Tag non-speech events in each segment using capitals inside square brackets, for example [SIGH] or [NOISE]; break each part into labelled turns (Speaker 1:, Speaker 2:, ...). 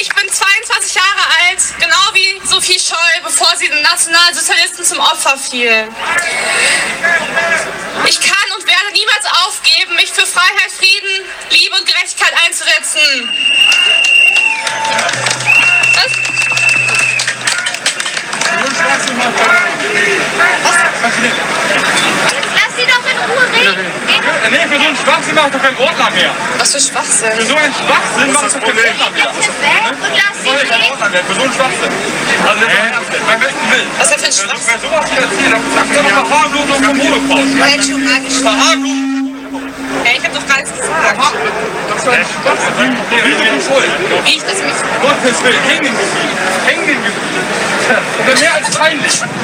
Speaker 1: Ich bin 22 Jahre alt, genau wie Sophie Scholl, bevor sie den Nationalsozialisten zum Opfer fiel. Ich kann und werde niemals aufgeben, mich für Freiheit, Frieden, Liebe und Gerechtigkeit einzusetzen. Was?
Speaker 2: Lass sie doch in Ruhe reden.
Speaker 3: Nee, für so einen Schwachsinn macht doch kein Rotler mehr.
Speaker 1: Was für Schwachsinn.
Speaker 3: Für so einen Schwachsinn macht doch kein Rotler mehr.
Speaker 2: Geh weg und lass sie
Speaker 3: Soll ich kein
Speaker 2: reden.
Speaker 3: Rotler werden? Für so einen Schwachsinn. Also, äh? beim besten Willen.
Speaker 1: Was denn für ein Schwachsinn?
Speaker 3: Wer sowas hier erzählt, dann sagt er doch Verharmlosung vom Holocaust. Verharmlosung.
Speaker 1: Hey, ich hab doch gar nichts gesagt.
Speaker 3: Das ist ein Schwachsinn. Wieso bin schuld? Um
Speaker 1: Wie ich das mich.
Speaker 3: Gottes Willen, hängen geblieben. Hängen geblieben. Und dann mehr als peinlich. Gottes Willen.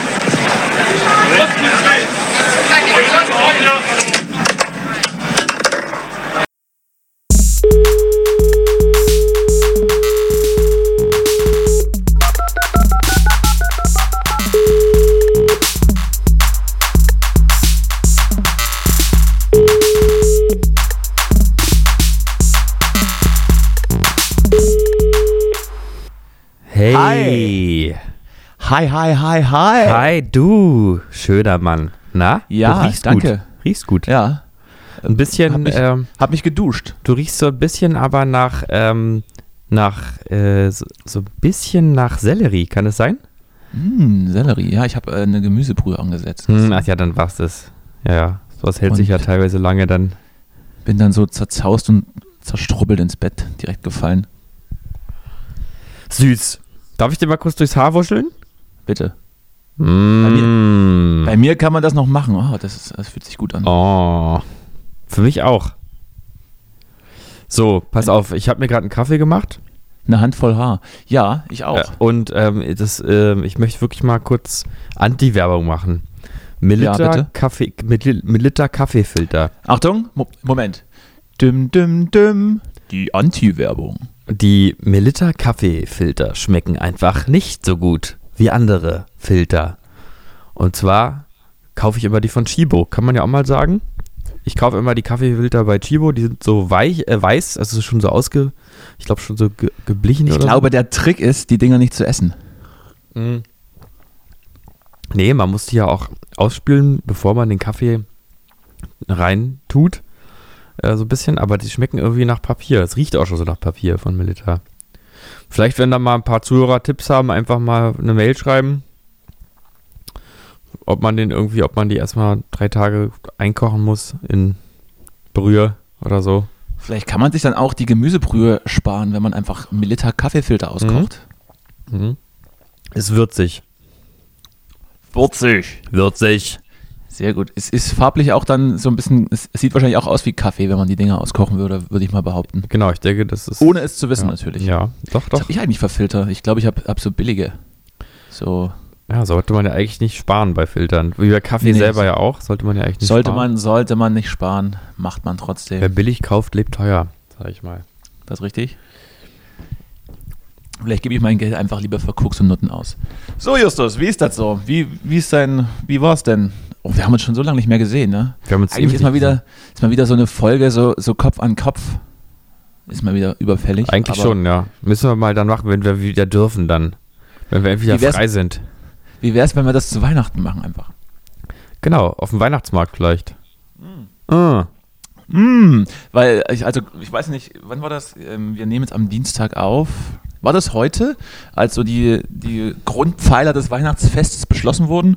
Speaker 3: Und das auch wieder.
Speaker 4: Hey.
Speaker 5: Hi, hi, hi, hi.
Speaker 4: Hi, du. Schöner Mann. Na?
Speaker 5: Ja,
Speaker 4: du riechst
Speaker 5: danke.
Speaker 4: Gut. Riechst gut.
Speaker 5: Ja,
Speaker 4: Ein bisschen,
Speaker 5: hab mich,
Speaker 4: ähm,
Speaker 5: hab mich geduscht.
Speaker 4: du riechst so ein bisschen aber nach, ähm, nach, äh, so, so ein bisschen nach Sellerie. Kann es sein?
Speaker 5: Hm, Sellerie. Ja, ich habe äh, eine Gemüsebrühe angesetzt.
Speaker 4: Hm, ach ja, dann war's das. Ja, ja. Sowas hält
Speaker 5: Und-
Speaker 4: sich ja teilweise lange dann.
Speaker 5: Bin dann so zerzaust und zerstrubbelt ins Bett direkt gefallen.
Speaker 4: Süß. Darf ich dir mal kurz durchs Haar wuscheln?
Speaker 5: Bitte.
Speaker 4: Mm.
Speaker 5: Bei mir kann man das noch machen. Oh, das, ist, das fühlt sich gut an.
Speaker 4: Oh. Für mich auch. So, pass auf. Ich habe mir gerade einen Kaffee gemacht.
Speaker 5: Eine Handvoll Haar. Ja, ich auch.
Speaker 4: Äh, Und ähm, das, ähm, ich möchte wirklich mal kurz Anti-Werbung machen. Melitta
Speaker 5: bitte.
Speaker 4: Kaffee, Mel- Melitta Kaffeefilter.
Speaker 5: Achtung, Mo Moment. Düm, düm, düm. Die Anti-Werbung.
Speaker 4: Die Melitta Kaffeefilter schmecken einfach nicht so gut wie andere Filter. Und zwar kaufe ich immer die von Chibo, kann man ja auch mal sagen. Ich kaufe immer die Kaffeefilter bei Chibo, die sind so weich, äh, weiß, also schon so ausge, ich glaube schon so ge geblichen
Speaker 5: Ich
Speaker 4: oder
Speaker 5: glaube, der Trick ist, die Dinger nicht zu essen.
Speaker 4: so. Nee, man muss die ja auch ausspülen, bevor man den Kaffee reintut. Äh, so ein bisschen, aber die schmecken irgendwie nach Papier. Es riecht auch schon so nach Papier von Melitta. Vielleicht, wenn da mal ein paar Zuhörer Tipps haben, einfach mal eine Mail schreiben. Ob man den irgendwie, ob man die erstmal drei Tage einkochen muss in Brühe oder so.
Speaker 5: Vielleicht kann man sich dann auch die Gemüsebrühe sparen, wenn man einfach Melitta Kaffeefilter auskocht.
Speaker 4: Ist würzig.
Speaker 5: Würzig.
Speaker 4: Würzig.
Speaker 5: Sehr gut. Es ist farblich auch dann so ein bisschen, es es sieht wahrscheinlich auch aus wie Kaffee, wenn man die Dinger auskochen würde, würde ich mal behaupten.
Speaker 4: Genau, ich denke, das ist.
Speaker 5: Ohne es zu wissen
Speaker 4: ja,
Speaker 5: natürlich.
Speaker 4: Ja, doch,
Speaker 5: Was
Speaker 4: doch.
Speaker 5: hab ich eigentlich für Filter? Ich glaube, ich habe hab so billige. So
Speaker 4: Ja, sollte man ja eigentlich nicht sparen bei Filtern. Wie bei Kaffee
Speaker 5: Nee.
Speaker 4: selber ja auch, sollte man ja eigentlich nicht
Speaker 5: sollte
Speaker 4: sparen.
Speaker 5: man, sollte man nicht sparen, macht man trotzdem.
Speaker 4: Wer billig kauft, lebt teuer, sag ich mal.
Speaker 5: Das ist richtig. Vielleicht gebe ich mein Geld einfach lieber für Koks und Nutten aus. So, Justus, wie ist das so? Wie, wie ist dein, wie war's denn? Oh, wir haben uns schon so lange nicht mehr gesehen, ne?
Speaker 4: Wir haben uns
Speaker 5: Eigentlich
Speaker 4: ewig
Speaker 5: ist mal
Speaker 4: nicht
Speaker 5: wieder, ist mal wieder so eine Folge, so, so Kopf an Kopf. Ist mal wieder überfällig.
Speaker 4: Eigentlich
Speaker 5: aber-
Speaker 4: schon, ja. Müssen wir mal dann machen, wenn wir wieder dürfen dann. Wenn wir entweder
Speaker 5: Wie wär's-
Speaker 4: frei sind.
Speaker 5: Wie wäre es, wenn wir das zu Weihnachten machen einfach?
Speaker 4: Genau, auf dem Weihnachtsmarkt vielleicht.
Speaker 5: Hm.
Speaker 4: Ah,
Speaker 5: Mm, weil ich, also ich weiß nicht, wann war das? Ähm, wir nehmen jetzt am Dienstag auf. War das heute, als so die, die Grundpfeiler des Weihnachtsfestes beschlossen wurden?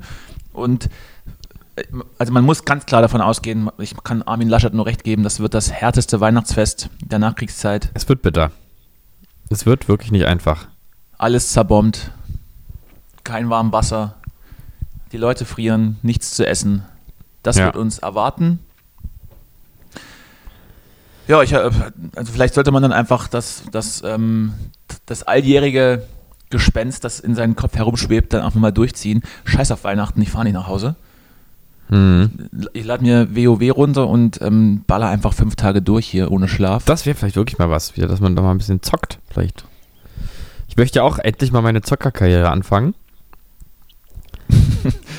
Speaker 5: Und äh, also man muss ganz klar davon ausgehen, ich kann Armin Laschet nur recht geben, das wird das härteste Weihnachtsfest der Nachkriegszeit.
Speaker 4: es wird bitter. Es wird wirklich nicht einfach.
Speaker 5: Alles zerbombt, kein warmes Wasser, die Leute frieren, nichts zu essen. Das
Speaker 4: Ja.
Speaker 5: wird uns erwarten. Ja, ich, äh, also vielleicht sollte man dann einfach das, das, ähm, das alljährige Gespenst, das in seinem Kopf herumschwebt, dann einfach mal durchziehen. Scheiß auf Weihnachten, ich fahre nicht nach Hause.
Speaker 4: Mhm.
Speaker 5: Ich lade mir WoW runter und ähm, baller einfach fünf Tage durch hier ohne Schlaf.
Speaker 4: Das wäre vielleicht wirklich mal was, wieder, dass man da mal ein bisschen zockt, vielleicht. Ich möchte ja auch endlich mal meine Zockerkarriere anfangen.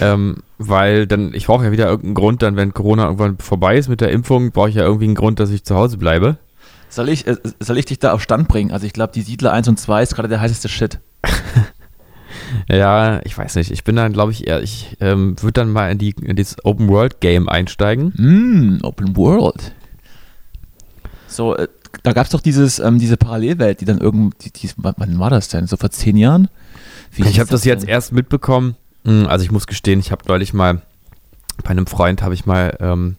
Speaker 4: ähm, weil dann, ich brauche ja wieder irgendeinen Grund, dann, wenn Corona irgendwann vorbei ist mit der Impfung, brauche ich ja irgendwie einen Grund, dass ich zu Hause bleibe.
Speaker 5: Soll ich, äh, soll ich dich da auf Stand bringen? Also ich glaube, die Siedler 1 und 2 ist gerade der heißeste Shit.
Speaker 4: Ja, ich weiß nicht. Ich bin dann, glaube ich, eher, ich ähm, würde dann mal in, die, in dieses Open World Game einsteigen.
Speaker 5: Mm, Open World. So, äh, da gab es doch dieses, ähm, diese Parallelwelt, die dann irgend, die, die, wann- wann war das denn? So vor zehn Jahren? Wie hieß
Speaker 4: Ich habe das jetzt
Speaker 5: denn?
Speaker 4: erst mitbekommen. Hm, Also ich muss gestehen, ich habe neulich mal bei einem Freund habe ich mal ähm,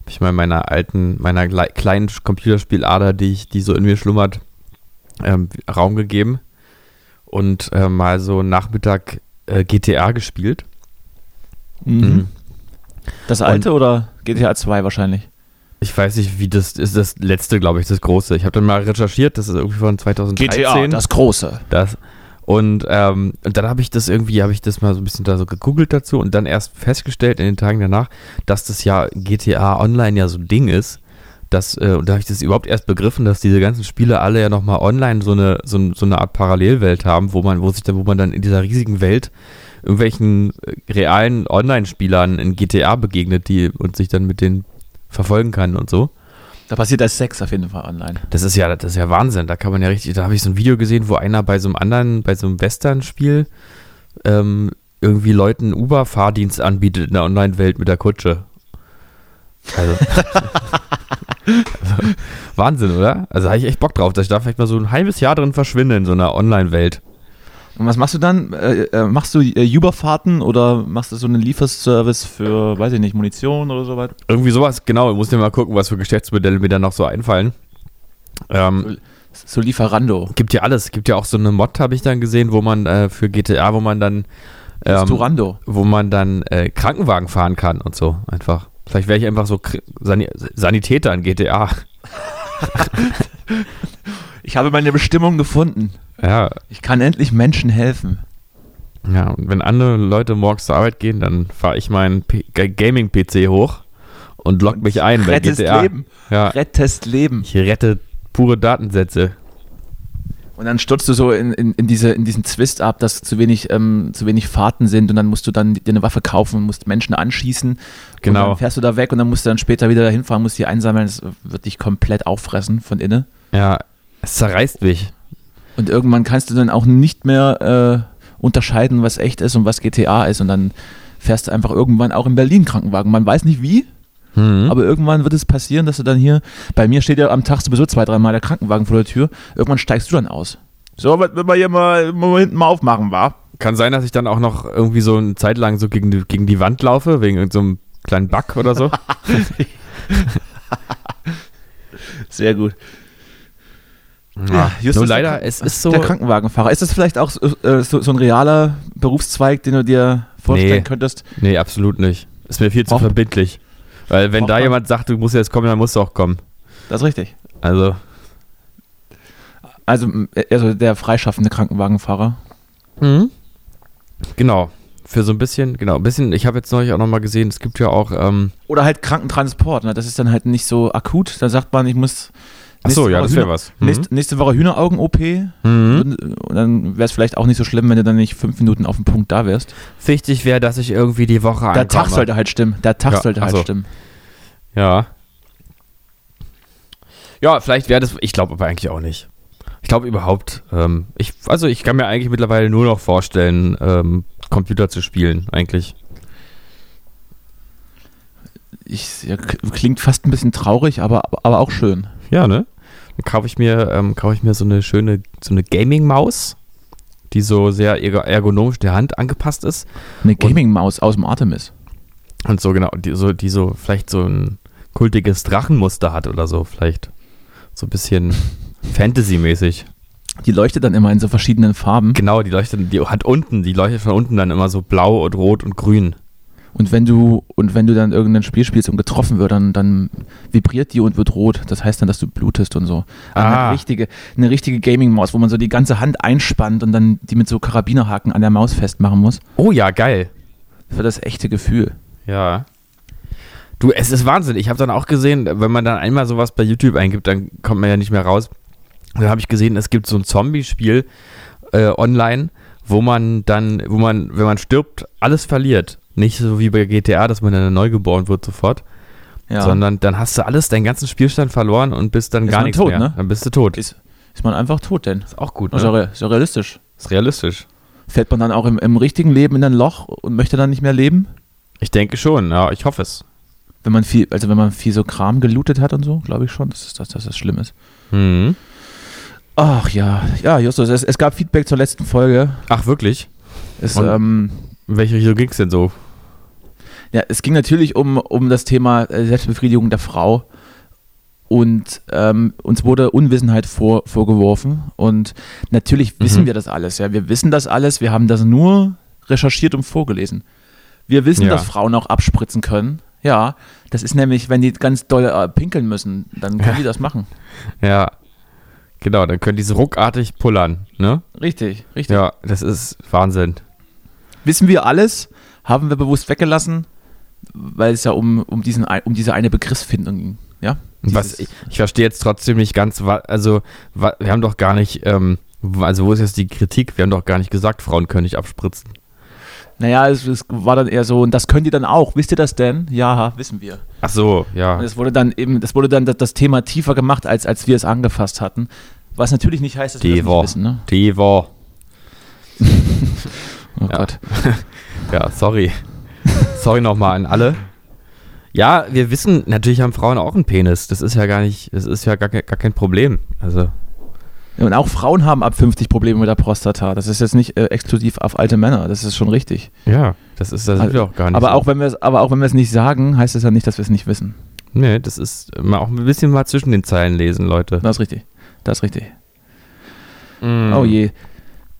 Speaker 4: hab ich mal meiner alten, meiner glei- kleinen Sch- Computerspielader, die ich, die so in mir schlummert, ähm, Raum gegeben und äh, mal so Nachmittag äh, GTA gespielt.
Speaker 5: Mhm. Das alte oder GTA 2 wahrscheinlich?
Speaker 4: Ich weiß nicht, wie das ist das letzte, glaube ich, das große. Ich habe dann mal recherchiert, das ist irgendwie von 2013.
Speaker 5: das große.
Speaker 4: Das. Und, ähm, und dann habe ich das irgendwie, habe ich das mal so ein bisschen da so gegoogelt dazu und dann erst festgestellt in den Tagen danach, dass das ja GTA Online ja so ein Ding ist. Dass, äh, und da habe ich das überhaupt erst begriffen, dass diese ganzen Spiele alle ja nochmal online so eine, so, ein- so eine Art Parallelwelt haben, wo man, wo sich dann, wo man dann in dieser riesigen Welt irgendwelchen äh, realen Online-Spielern in GTA begegnet, die und sich dann mit denen verfolgen kann und so.
Speaker 5: Da passiert als Sex auf jeden Fall online.
Speaker 4: Das ist ja, das ist ja Wahnsinn. Da kann man ja richtig, da habe ich so ein Video gesehen, wo einer bei so einem anderen, bei so einem Western-Spiel ähm, irgendwie Leuten Uber-Fahrdienst anbietet in der Online-Welt mit der Kutsche. Also. [LAUGHS] Also, Wahnsinn, oder? Also habe ich echt Bock drauf, dass ich da vielleicht mal so ein halbes Jahr drin verschwinde in so einer Online-Welt.
Speaker 5: Und was machst du dann? Äh, äh, machst du äh, Uberfahrten oder machst du so einen Lieferservice für, weiß ich nicht, Munition oder so was?
Speaker 4: Irgendwie sowas, genau. Ich muss ja mal gucken, was für Geschäftsmodelle mir dann noch so einfallen. Ähm,
Speaker 5: So Lieferando.
Speaker 4: gibt ja alles. Gibt ja auch so eine Mod, habe ich dann gesehen, wo man äh, für GTA, wo man dann. ähm,
Speaker 5: Turando.
Speaker 4: wo man dann äh, Krankenwagen fahren kann und so einfach. Vielleicht wäre ich einfach so Kr- Sani Sanitäter in GTA.
Speaker 5: Ich habe meine Bestimmung gefunden.
Speaker 4: [LAUGHS] Ja,
Speaker 5: Ich kann endlich Menschen helfen.
Speaker 4: ja. Und wenn andere Leute morgens zur Arbeit gehen, dann fahre ich meinen P- G- Gaming-PC hoch und log mich ein bei
Speaker 5: rettest
Speaker 4: GTA.
Speaker 5: Leben.
Speaker 4: Ja,
Speaker 5: Rettest Leben.
Speaker 4: ich rette pure Datensätze.
Speaker 5: Und dann stürzt du so in, in, in, diese, in diesen Twist ab, dass zu wenig, ähm, zu wenig Fahrten sind und dann musst du dann dir eine Waffe kaufen und musst Menschen anschießen.
Speaker 4: Genau.
Speaker 5: Und dann fährst du da weg und dann musst du dann später wieder dahin fahren, musst die einsammeln. Das wird dich komplett auffressen von innen.
Speaker 4: Ja, es zerreißt mich.
Speaker 5: Und irgendwann kannst du dann auch nicht mehr äh, unterscheiden, was echt ist und was GTA ist. Und dann fährst du einfach irgendwann auch in Berlin Krankenwagen. Man weiß nicht wie,
Speaker 4: Mhm.
Speaker 5: aber irgendwann wird es passieren, dass du dann hier, bei mir steht ja am Tag sowieso zwei, dreimal der Krankenwagen vor der Tür, irgendwann steigst du dann aus. So, was will man hier mal, mal hinten mal aufmachen, war?
Speaker 4: Kann sein, dass ich dann auch noch irgendwie so eine Zeit lang so gegen die, gegen die Wand laufe, wegen irgendeinem kleinen Bug oder so.
Speaker 5: Sehr gut.
Speaker 4: Ja,
Speaker 5: [LAUGHS] Justus,
Speaker 4: Nur
Speaker 5: der
Speaker 4: leider,
Speaker 5: Kranken-
Speaker 4: es ist so.
Speaker 5: Der Krankenwagenfahrer. Ist das vielleicht auch so, äh, so, so ein realer Berufszweig, den du dir vorstellen
Speaker 4: Nee.
Speaker 5: könntest?
Speaker 4: Nee, absolut nicht. Ist mir viel zu
Speaker 5: Braucht-
Speaker 4: verbindlich. Weil wenn
Speaker 5: Braucht
Speaker 4: da
Speaker 5: man-
Speaker 4: jemand sagt, du musst jetzt kommen, dann musst du auch kommen.
Speaker 5: Das ist richtig.
Speaker 4: Also,
Speaker 5: Also, m- also der freischaffende Krankenwagenfahrer.
Speaker 4: genau. Für so ein bisschen, genau, ein bisschen, ich habe jetzt neulich auch nochmal gesehen, es gibt ja auch, ähm,
Speaker 5: Oder halt Krankentransport, ne? das ist dann halt nicht so akut. Da sagt man, ich muss.
Speaker 4: Ach so,
Speaker 5: nächste
Speaker 4: ja,
Speaker 5: Woche
Speaker 4: das wär
Speaker 5: Hühner-
Speaker 4: was. Mhm.
Speaker 5: Nächste, nächste Woche Hühneraugen-OP. Und, und dann wäre es vielleicht auch nicht so schlimm, wenn du dann nicht fünf Minuten auf dem Punkt da wärst.
Speaker 4: wichtig wäre, dass ich irgendwie die Woche
Speaker 5: Der Tag sollte halt stimmen. Der Tag
Speaker 4: Ja, also.
Speaker 5: sollte
Speaker 4: ach
Speaker 5: halt
Speaker 4: so.
Speaker 5: stimmen.
Speaker 4: Ja. Ja, vielleicht wäre das, ich glaube aber eigentlich auch nicht. Ich glaube überhaupt, ähm, ich, also ich kann mir eigentlich mittlerweile nur noch vorstellen, ähm, Computer zu spielen, eigentlich.
Speaker 5: Ich, ja, k- klingt fast ein bisschen traurig, aber, aber auch schön.
Speaker 4: Ja, ne? Dann kaufe ich mir, ähm, kaufe ich mir so eine schöne, so eine Gaming-Maus, die so sehr ergo- ergonomisch der Hand angepasst ist.
Speaker 5: Eine Gaming-Maus aus dem Artemis.
Speaker 4: Und so genau, die so, die so vielleicht so ein kultiges Drachenmuster hat oder so, vielleicht. So ein bisschen Fantasy-mäßig.
Speaker 5: Die leuchtet dann immer in so verschiedenen Farben.
Speaker 4: Genau, die leuchtet, die hat unten, die leuchtet von unten dann immer so blau und rot und grün.
Speaker 5: Und wenn du, und wenn du dann irgendein Spiel spielst und getroffen wird, dann, dann vibriert die und wird rot. Das heißt dann, dass du blutest und so. Aber
Speaker 4: Ah.
Speaker 5: Eine richtige, eine richtige Gaming-Maus, wo man so die ganze Hand einspannt und dann die mit so Karabinerhaken an der Maus festmachen muss.
Speaker 4: Oh ja, geil.
Speaker 5: Für das echte Gefühl.
Speaker 4: Ja. Du, es ist Wahnsinn. Ich habe dann auch gesehen, wenn man dann einmal sowas bei YouTube eingibt, dann kommt man ja nicht mehr raus. Dann habe ich gesehen, es gibt so ein Zombie-Spiel äh, online, wo man dann, wo man, wenn man stirbt, alles verliert. Nicht so wie bei GTA, dass man dann neu geboren wird sofort,
Speaker 5: Ja.
Speaker 4: sondern dann hast du alles, deinen ganzen Spielstand verloren und bist dann
Speaker 5: Ist
Speaker 4: gar
Speaker 5: man
Speaker 4: nichts
Speaker 5: tot,
Speaker 4: mehr.
Speaker 5: ne?
Speaker 4: Dann bist du tot.
Speaker 5: ist, ist man einfach tot denn? Ist
Speaker 4: auch gut,
Speaker 5: Ist ja,
Speaker 4: ne?
Speaker 5: re- ist ja realistisch.
Speaker 4: Ist realistisch.
Speaker 5: Fällt man dann auch im, im richtigen Leben in ein Loch und möchte dann nicht mehr leben?
Speaker 4: Ich denke schon, ja, ich hoffe es.
Speaker 5: Wenn man viel, also wenn man viel so Kram gelootet hat und so, glaube ich schon, dass, es- dass, dass das schlimm ist.
Speaker 4: Hm.
Speaker 5: Ach ja, ja, Justus, es, es gab Feedback zur letzten Folge.
Speaker 4: Ach, wirklich?
Speaker 5: Es,
Speaker 4: Und-
Speaker 5: ähm,
Speaker 4: In welche Richtung ging es denn so?
Speaker 5: ja, es ging natürlich um, um das Thema äh, Selbstbefriedigung der Frau. Und ähm, uns wurde Unwissenheit vor, vorgeworfen. Und natürlich
Speaker 4: Mhm.
Speaker 5: wissen wir das alles. Ja. Wir wissen das alles. Wir haben das nur recherchiert und vorgelesen. Wir wissen,
Speaker 4: Ja.
Speaker 5: dass Frauen auch abspritzen können. Ja, das ist nämlich, wenn die ganz doll äh, pinkeln müssen, dann können die das machen.
Speaker 4: Ja. Genau, dann können die so ruckartig pullern, ne?
Speaker 5: Richtig, richtig.
Speaker 4: Ja, das ist Wahnsinn.
Speaker 5: Wissen wir alles? Haben wir bewusst weggelassen, weil es ja um, um, diesen, ein- um diese eine Begriffsfindung ging. Ja?
Speaker 4: Was, ich,
Speaker 5: Dieses-
Speaker 4: ich verstehe jetzt trotzdem nicht ganz, wa- also wa- wir haben doch gar nicht, ähm, w- also wo ist jetzt die Kritik? Wir haben doch gar nicht gesagt, Frauen können nicht abspritzen.
Speaker 5: Naja, es, es war dann eher so, und das könnt ihr dann auch. Wisst ihr das denn? Ja, wissen wir.
Speaker 4: Ach so, ja.
Speaker 5: Und es wurde dann eben, das wurde dann das, das Thema tiefer gemacht, als, als wir es angefasst hatten. Was natürlich nicht heißt, dass wir das
Speaker 4: Devo.
Speaker 5: nicht wissen. Ne?
Speaker 4: Devo.
Speaker 5: Oh Gott.
Speaker 4: Ja,
Speaker 5: [LAUGHS]
Speaker 4: sorry. sorry nochmal an alle. Ja, wir wissen, natürlich haben Frauen auch einen Penis. Das ist ja gar nicht, das ist ja gar, ke- gar kein Problem. Also,
Speaker 5: Und auch Frauen haben ab 50 Probleme mit der Prostata. Das ist jetzt nicht äh, exklusiv auf alte Männer. Das ist schon richtig. Also,
Speaker 4: ja, das ist, das sind wir auch gar nicht.
Speaker 5: aber,
Speaker 4: so.
Speaker 5: auch wenn wir es, aber auch wenn wir es nicht sagen, heißt es ja nicht, dass wir es nicht wissen.
Speaker 4: Nee, das ist mal auch ein bisschen mal zwischen den Zeilen lesen, Leute.
Speaker 5: Das ist richtig. Das ist richtig. Oh je.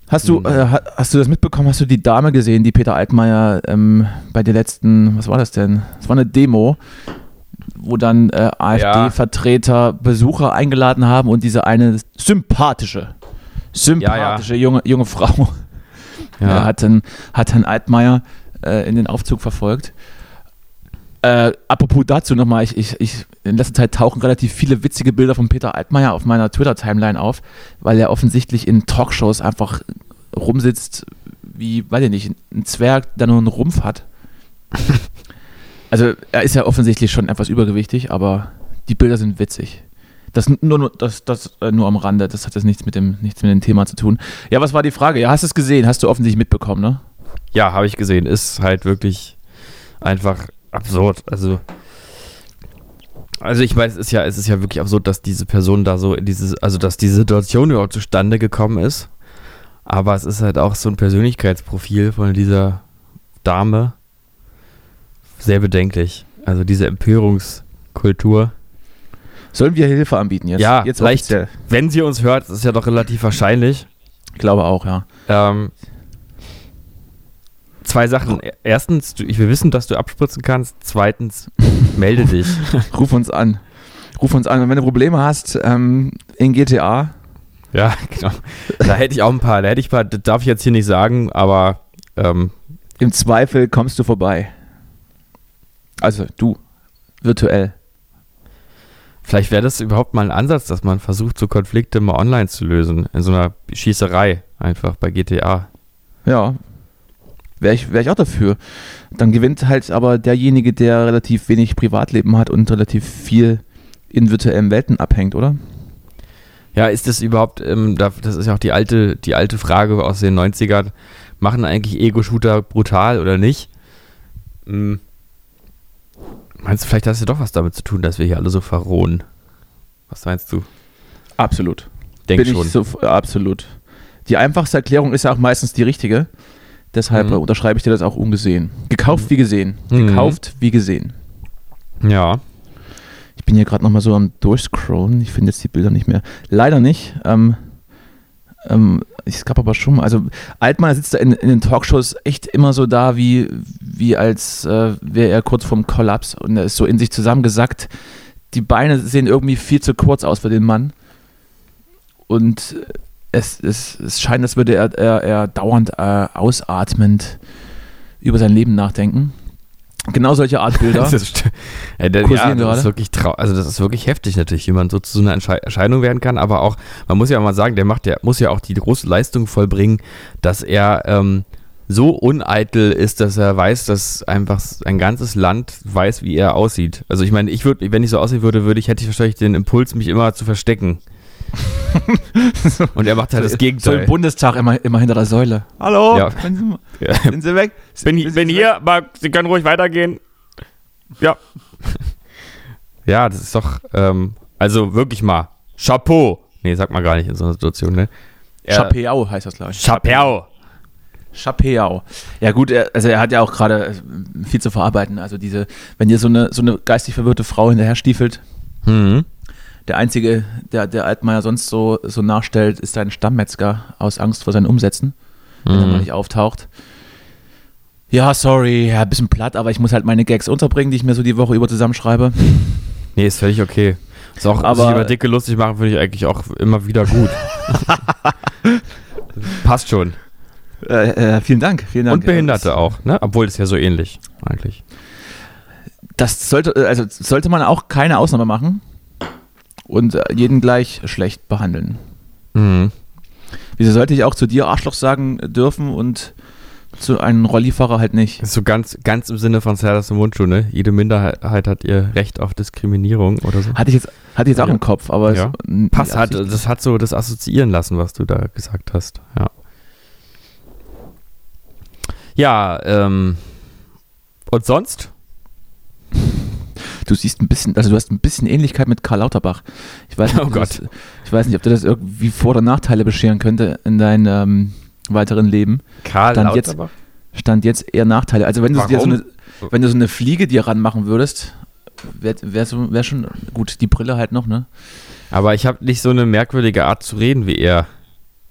Speaker 5: Hast du, äh, ha- hast du das mitbekommen? Hast du die Dame gesehen, die Peter Altmaier ähm, bei der letzten, was war das denn? Es war eine Demo, wo dann äh, AfD-Vertreter Besucher eingeladen haben und diese eine sympathische, sympathische Junge, junge Frau äh, hat, den, hat Herrn Altmaier äh, in den Aufzug verfolgt. Äh, apropos dazu nochmal, ich, ich, ich, in letzter Zeit tauchen relativ viele witzige Bilder von Peter Altmaier auf meiner Twitter-Timeline auf, weil er offensichtlich in Talkshows einfach rumsitzt, wie, weiß ich nicht, ein Zwerg, der nur einen Rumpf hat. also er ist ja offensichtlich schon etwas übergewichtig, aber die Bilder sind witzig. Das n- nur, nur- das, das äh, nur am Rande, das hat jetzt nichts mit, dem, nichts mit dem Thema zu tun. Ja, was war die Frage? Ja, hast du es gesehen? Hast du offensichtlich mitbekommen, ne?
Speaker 4: Ja, habe ich gesehen. Ist halt wirklich einfach absurd. Also, also ich weiß, es ist ja, es ist ja wirklich absurd, dass diese Person da so in dieses, also dass die Situation überhaupt zustande gekommen ist. Aber es ist halt auch so ein Persönlichkeitsprofil von dieser Dame sehr bedenklich. Also diese Empörungskultur.
Speaker 5: Sollen wir Hilfe anbieten jetzt?
Speaker 4: Ja,
Speaker 5: jetzt
Speaker 4: vielleicht,
Speaker 5: offiziell.
Speaker 4: wenn sie uns hört, das ist ja doch relativ wahrscheinlich.
Speaker 5: Ich glaube auch, ja.
Speaker 4: Ähm, zwei Sachen. E-, Erstens, du, ich will wissen, dass du abspritzen kannst. Zweitens, [LAUGHS] melde dich.
Speaker 5: Ruf uns an. Ruf uns an. Und wenn du Probleme hast ähm, in GTA,
Speaker 4: ja, [LAUGHS] genau. Da hätte ich auch ein paar. Da hätte ich ein paar, das darf ich jetzt hier nicht sagen, aber ähm,
Speaker 5: im Zweifel kommst du vorbei. Also du, virtuell.
Speaker 4: vielleicht wäre das überhaupt mal ein Ansatz, dass man versucht, so Konflikte mal online zu lösen. In so einer Schießerei einfach bei GTA.
Speaker 5: Ja. Wäre ich, wär ich auch dafür. Dann gewinnt halt aber derjenige, der relativ wenig Privatleben hat und relativ viel in virtuellen Welten abhängt, oder?
Speaker 4: Ja, ist das überhaupt, ähm, da- das ist ja auch die alte, die alte Frage aus den 90ern, machen eigentlich Ego-Shooter brutal oder nicht? Hm. Meinst du, vielleicht hast du doch was damit zu tun, dass wir hier alle so verrohen? Was meinst du?
Speaker 5: Absolut.
Speaker 4: Denk
Speaker 5: bin
Speaker 4: schon.
Speaker 5: Ich so, absolut. Die einfachste Erklärung ist ja auch meistens die richtige. Deshalb
Speaker 4: Mhm.
Speaker 5: äh, unterschreibe ich dir das auch ungesehen. Gekauft wie gesehen.
Speaker 4: Mhm.
Speaker 5: Gekauft wie gesehen.
Speaker 4: ja.
Speaker 5: Ich bin hier gerade nochmal so am Durchscrollen. Ich finde jetzt die Bilder nicht mehr. Leider nicht. Ähm, ähm, es gab aber schon mal. Also, Altmaier sitzt da in, in den Talkshows echt immer so da, wie, wie als äh, wäre er kurz vorm Kollaps und er ist so in sich zusammengesackt. Die Beine sehen irgendwie viel zu kurz aus für den Mann. Und es, es, es scheint, als würde er, er, er dauernd äh, ausatmend über sein Leben nachdenken. Genau solche Art Bilder.
Speaker 4: [LAUGHS] Das ist, ja, der, ja,
Speaker 5: Kursieren
Speaker 4: das ist
Speaker 5: gerade.
Speaker 4: wirklich trau also das ist wirklich heftig natürlich, wie man so zu so einer Entschei- Erscheinung werden kann, aber auch, man muss ja auch mal sagen, der macht ja, muss ja auch die große Leistung vollbringen, dass er ähm, so uneitel ist, dass er weiß, dass einfach s- ein ganzes Land weiß, wie er aussieht. Also ich meine, ich würde, wenn ich so aussehen würde, würde ich, hätte ich wahrscheinlich den Impuls, mich immer zu [LAUGHS] verstecken. Und er macht halt das
Speaker 5: So im
Speaker 4: Gegenteil.
Speaker 5: Also Bundestag immer, immer hinter der Säule. Hallo,
Speaker 4: Ja.
Speaker 5: können [LAUGHS] Sie, mal-
Speaker 4: Ja.
Speaker 5: sind Sie weg? Sind Sie weg?
Speaker 4: aber Sie können ruhig weitergehen. Ja. [LAUGHS] ja, das ist doch, ähm, also wirklich mal, Chapeau. Nee, sagt man gar nicht in so einer Situation, ne? Er-
Speaker 5: Chapeau heißt das, glaube ich.
Speaker 4: Chapeau.
Speaker 5: Chapeau. Ja gut, er, also er hat ja auch gerade äh, viel zu verarbeiten. Also diese, wenn dir so eine, so eine geistig verwirrte Frau hinterher stiefelt,
Speaker 4: Mhm.
Speaker 5: der einzige, der, der Altmaier sonst so, so nachstellt, ist dein Stammmetzger aus Angst vor seinen Umsätzen, wenn er mal nicht auftaucht. Ja, sorry, ja, ein bisschen platt, aber ich muss halt meine Gags unterbringen, die ich mir so die Woche über zusammenschreibe.
Speaker 4: Nee, ist völlig okay. Ist auch,
Speaker 5: Aber-
Speaker 4: sich über Dicke lustig machen, finde ich eigentlich auch immer wieder gut. [LAUGHS] Passt schon.
Speaker 5: Äh, äh, vielen Dank, vielen Dank.
Speaker 4: Und Behinderte auch, ne? Obwohl ist ja so ähnlich, eigentlich.
Speaker 5: Das sollte, äh, also sollte man auch keine Ausnahme machen und äh, jeden gleich schlecht behandeln.
Speaker 4: Mhm.
Speaker 5: Wieso sollte ich auch zu dir Arschloch sagen dürfen und zu einem Rolllifahrer halt nicht?
Speaker 4: Ist so ganz, ganz im Sinne von Serdas und Mundschuh, ne? Jede Minderheit hat ihr Recht auf Diskriminierung oder so.
Speaker 5: Hatte ich jetzt, hatte ich jetzt auch
Speaker 4: Ja.
Speaker 5: im Kopf, aber
Speaker 4: Ja.
Speaker 5: es,
Speaker 4: Pass hat,
Speaker 5: Absicht-
Speaker 4: das hat so das assoziieren lassen, was du da gesagt hast. Ja, ja ähm, und sonst?
Speaker 5: du siehst ein bisschen, also du hast ein bisschen Ähnlichkeit mit Karl Lauterbach. Ich weiß
Speaker 4: [LAUGHS]
Speaker 5: nicht,
Speaker 4: Oh
Speaker 5: ob du
Speaker 4: Gott.
Speaker 5: Das, ich weiß nicht, ob dir das irgendwie Vor- oder Nachteile bescheren könnte in deinem ähm, weiteren Leben.
Speaker 4: Karl
Speaker 5: Stand jetzt- Stand jetzt eher Nachteile. Also wenn du dir so
Speaker 4: Warum?
Speaker 5: eine, wenn du so eine Fliege dir ranmachen würdest, wäre wär so, wär schon gut, die Brille halt noch, ne?
Speaker 4: Aber ich habe nicht so eine merkwürdige Art zu reden wie er.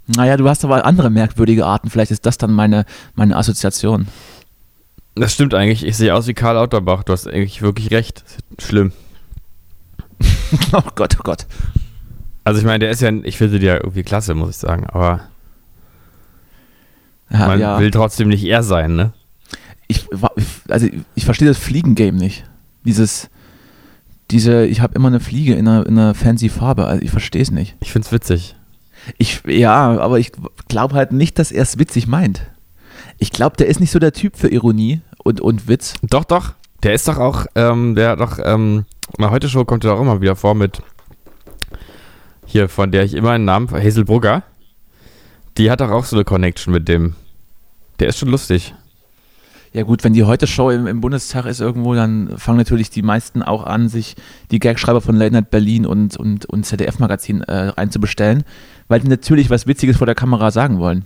Speaker 5: Naja, du hast aber andere merkwürdige Arten. Vielleicht ist das dann meine, meine Assoziation. [LAUGHS]
Speaker 4: Das stimmt eigentlich. Ich sehe aus wie Karl Lauterbach. Du hast eigentlich wirklich recht. Schlimm.
Speaker 5: Oh Gott, oh Gott.
Speaker 4: Also ich meine, der ist ja, ich finde die ja irgendwie klasse, muss ich sagen. Aber
Speaker 5: Ja,
Speaker 4: man
Speaker 5: ja.
Speaker 4: will trotzdem nicht er sein, ne?
Speaker 5: Ich, wa- ich- also ich verstehe das Fliegengame nicht. Dieses, diese, ich habe immer eine Fliege in einer, in einer fancy Farbe. Also ich verstehe es nicht.
Speaker 4: Ich find's witzig.
Speaker 5: Ich, ja, aber ich glaube halt nicht, dass er es witzig meint. Ich glaube, der ist nicht so der Typ für Ironie und, und Witz.
Speaker 4: Doch, doch. Der ist doch auch, ähm, der hat doch, ähm, na, heute Show kommt er auch immer wieder vor mit hier, von der ich immer einen Namen, Hazel Brugger. Die hat doch auch so eine Connection mit dem. Der ist schon lustig.
Speaker 5: Ja gut, wenn die heute Show im, im Bundestag ist irgendwo, dann fangen natürlich die meisten auch an, sich die Gagschreiber von Late Night Berlin und, und, und ZDF-Magazin äh, reinzubestellen, weil die natürlich was Witziges vor der Kamera sagen wollen.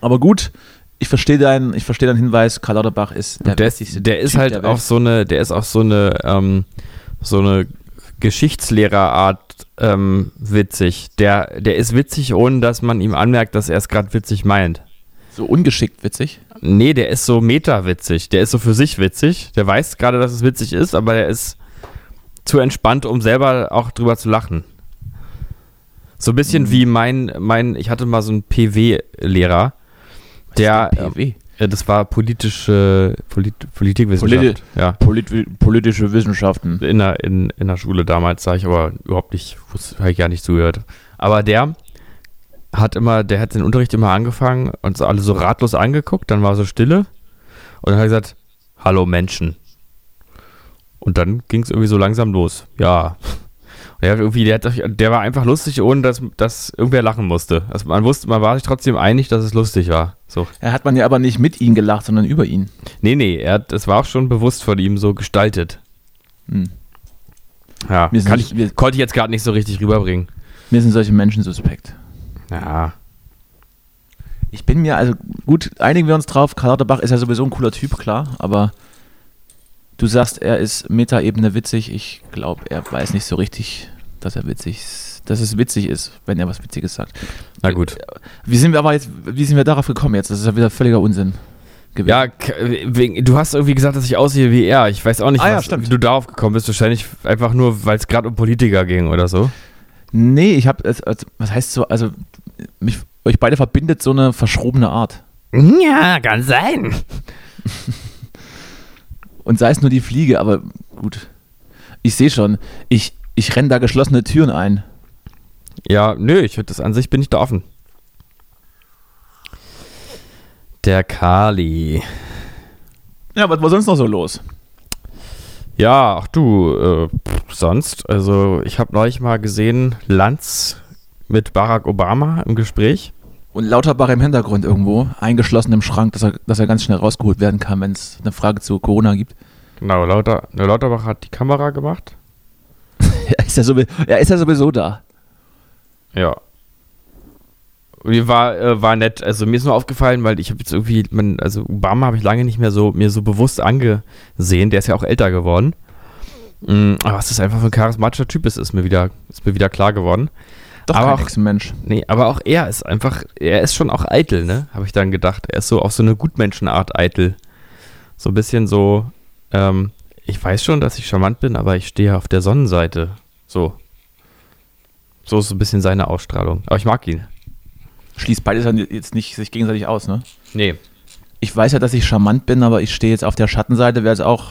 Speaker 5: Aber gut, ich verstehe deinen, ich verstehe deinen Hinweis, Karl Lauterbach ist der,
Speaker 4: Der,
Speaker 5: witzigste
Speaker 4: der ist
Speaker 5: Typ
Speaker 4: halt
Speaker 5: der Welt.
Speaker 4: auch so eine, der ist auch so eine, ähm, so eine Geschichtslehrerart ähm, witzig. Der, der ist witzig, ohne dass man ihm anmerkt, dass er es gerade witzig meint.
Speaker 5: so ungeschickt witzig.
Speaker 4: Nee, der ist so meta-witzig. Der ist so für sich witzig. Der weiß gerade, dass es witzig ist, aber der ist zu entspannt, um selber auch drüber zu lachen. So ein bisschen wie mein, mein, ich hatte mal so einen PW-Lehrer, der,
Speaker 5: PW?
Speaker 4: äh, das war politische, Polit, Politikwissenschaft, ja.
Speaker 5: politische Wissenschaften.
Speaker 4: In der, in, in der Schule damals, sah ich aber überhaupt nicht, wusste- hab ich gar nicht zugehört. Aber der hat immer, der hat den Unterricht immer angefangen und so alle so ratlos angeguckt, dann war so Stille und dann hat er gesagt, hallo Menschen. Und dann ging es irgendwie so langsam los. Ja. Und der, hat irgendwie, der, hat, der war einfach lustig, ohne dass, dass irgendwer lachen musste. Also man wusste, man war sich trotzdem einig, dass es lustig war. So.
Speaker 5: Er hat man ja aber nicht mit ihm gelacht, sondern über ihn.
Speaker 4: Nee, nee, er hat, das war auch schon bewusst von ihm so gestaltet.
Speaker 5: Hm.
Speaker 4: Ja,
Speaker 5: Wir sind
Speaker 4: kann
Speaker 5: nicht-
Speaker 4: ich,
Speaker 5: wir-
Speaker 4: konnte ich jetzt gerade nicht so richtig rüberbringen.
Speaker 5: Mir sind solche Menschen suspekt.
Speaker 4: Ja.
Speaker 5: Ich bin mir, also gut, einigen wir uns drauf, Karl Lauterbach ist ja sowieso ein cooler Typ, klar, aber du sagst, er ist Metaebene witzig. Ich glaube, er weiß nicht so richtig, dass er witzig ist, dass es witzig ist, wenn er was Witziges sagt.
Speaker 4: Na gut.
Speaker 5: Wie sind wir aber jetzt, wie sind wir darauf gekommen jetzt? Das ist ja wieder völliger Unsinn gewesen.
Speaker 4: Ja, k- wegen, du hast irgendwie gesagt, dass ich aussehe wie er. Ich weiß auch nicht,
Speaker 5: Ah ja,
Speaker 4: was,
Speaker 5: stimmt.
Speaker 4: wie du darauf gekommen bist. Wahrscheinlich einfach nur, weil es gerade um Politiker ging oder so.
Speaker 5: Nee, ich habe, was heißt so, also mich, euch beide verbindet so eine verschrobene Art.
Speaker 4: Ja, kann sein.
Speaker 5: Und sei es nur die Fliege, aber gut. Ich sehe schon, ich, ich renne da geschlossene Türen ein.
Speaker 4: Ja, nö, ich das an sich bin ich da offen. Der Kali.
Speaker 5: Ja, was war sonst noch so los?
Speaker 4: Ja, ach du, äh, pff, sonst, also ich habe neulich mal gesehen, Lanz mit Barack Obama im Gespräch.
Speaker 5: Und Lauterbach im Hintergrund irgendwo, eingeschlossen im Schrank, dass er, dass er ganz schnell rausgeholt werden kann, wenn es eine Frage zu Corona gibt.
Speaker 4: Genau, Lauter, ne, Lauterbach hat die Kamera gemacht.
Speaker 5: [LAUGHS] Er ist ja sowieso, er ist ja sowieso da.
Speaker 4: Ja. Mir war, äh, war nett, also mir ist nur aufgefallen, weil ich habe jetzt irgendwie, man, also Obama habe ich lange nicht mehr so, mir so bewusst angesehen, der ist ja auch älter geworden. Mm, aber was das einfach für ein charismatischer Typ ist, ist mir wieder, ist mir wieder klar geworden.
Speaker 5: Doch
Speaker 4: Aber
Speaker 5: aber
Speaker 4: auch-
Speaker 5: kein Echsenmensch.
Speaker 4: Nee, aber auch er ist einfach, er ist schon auch eitel, ne? Habe ich dann gedacht. Er ist so auf so eine Gutmenschenart eitel. So ein bisschen so, ähm, ich weiß schon, dass ich charmant bin, aber ich stehe auf der Sonnenseite. So. So ist so ein bisschen seine Ausstrahlung. Aber ich mag ihn.
Speaker 5: Schließt beides dann jetzt nicht sich gegenseitig aus, ne?
Speaker 4: Nee.
Speaker 5: Ich weiß ja, dass ich charmant bin, aber ich stehe jetzt auf der Schattenseite, wäre es auch.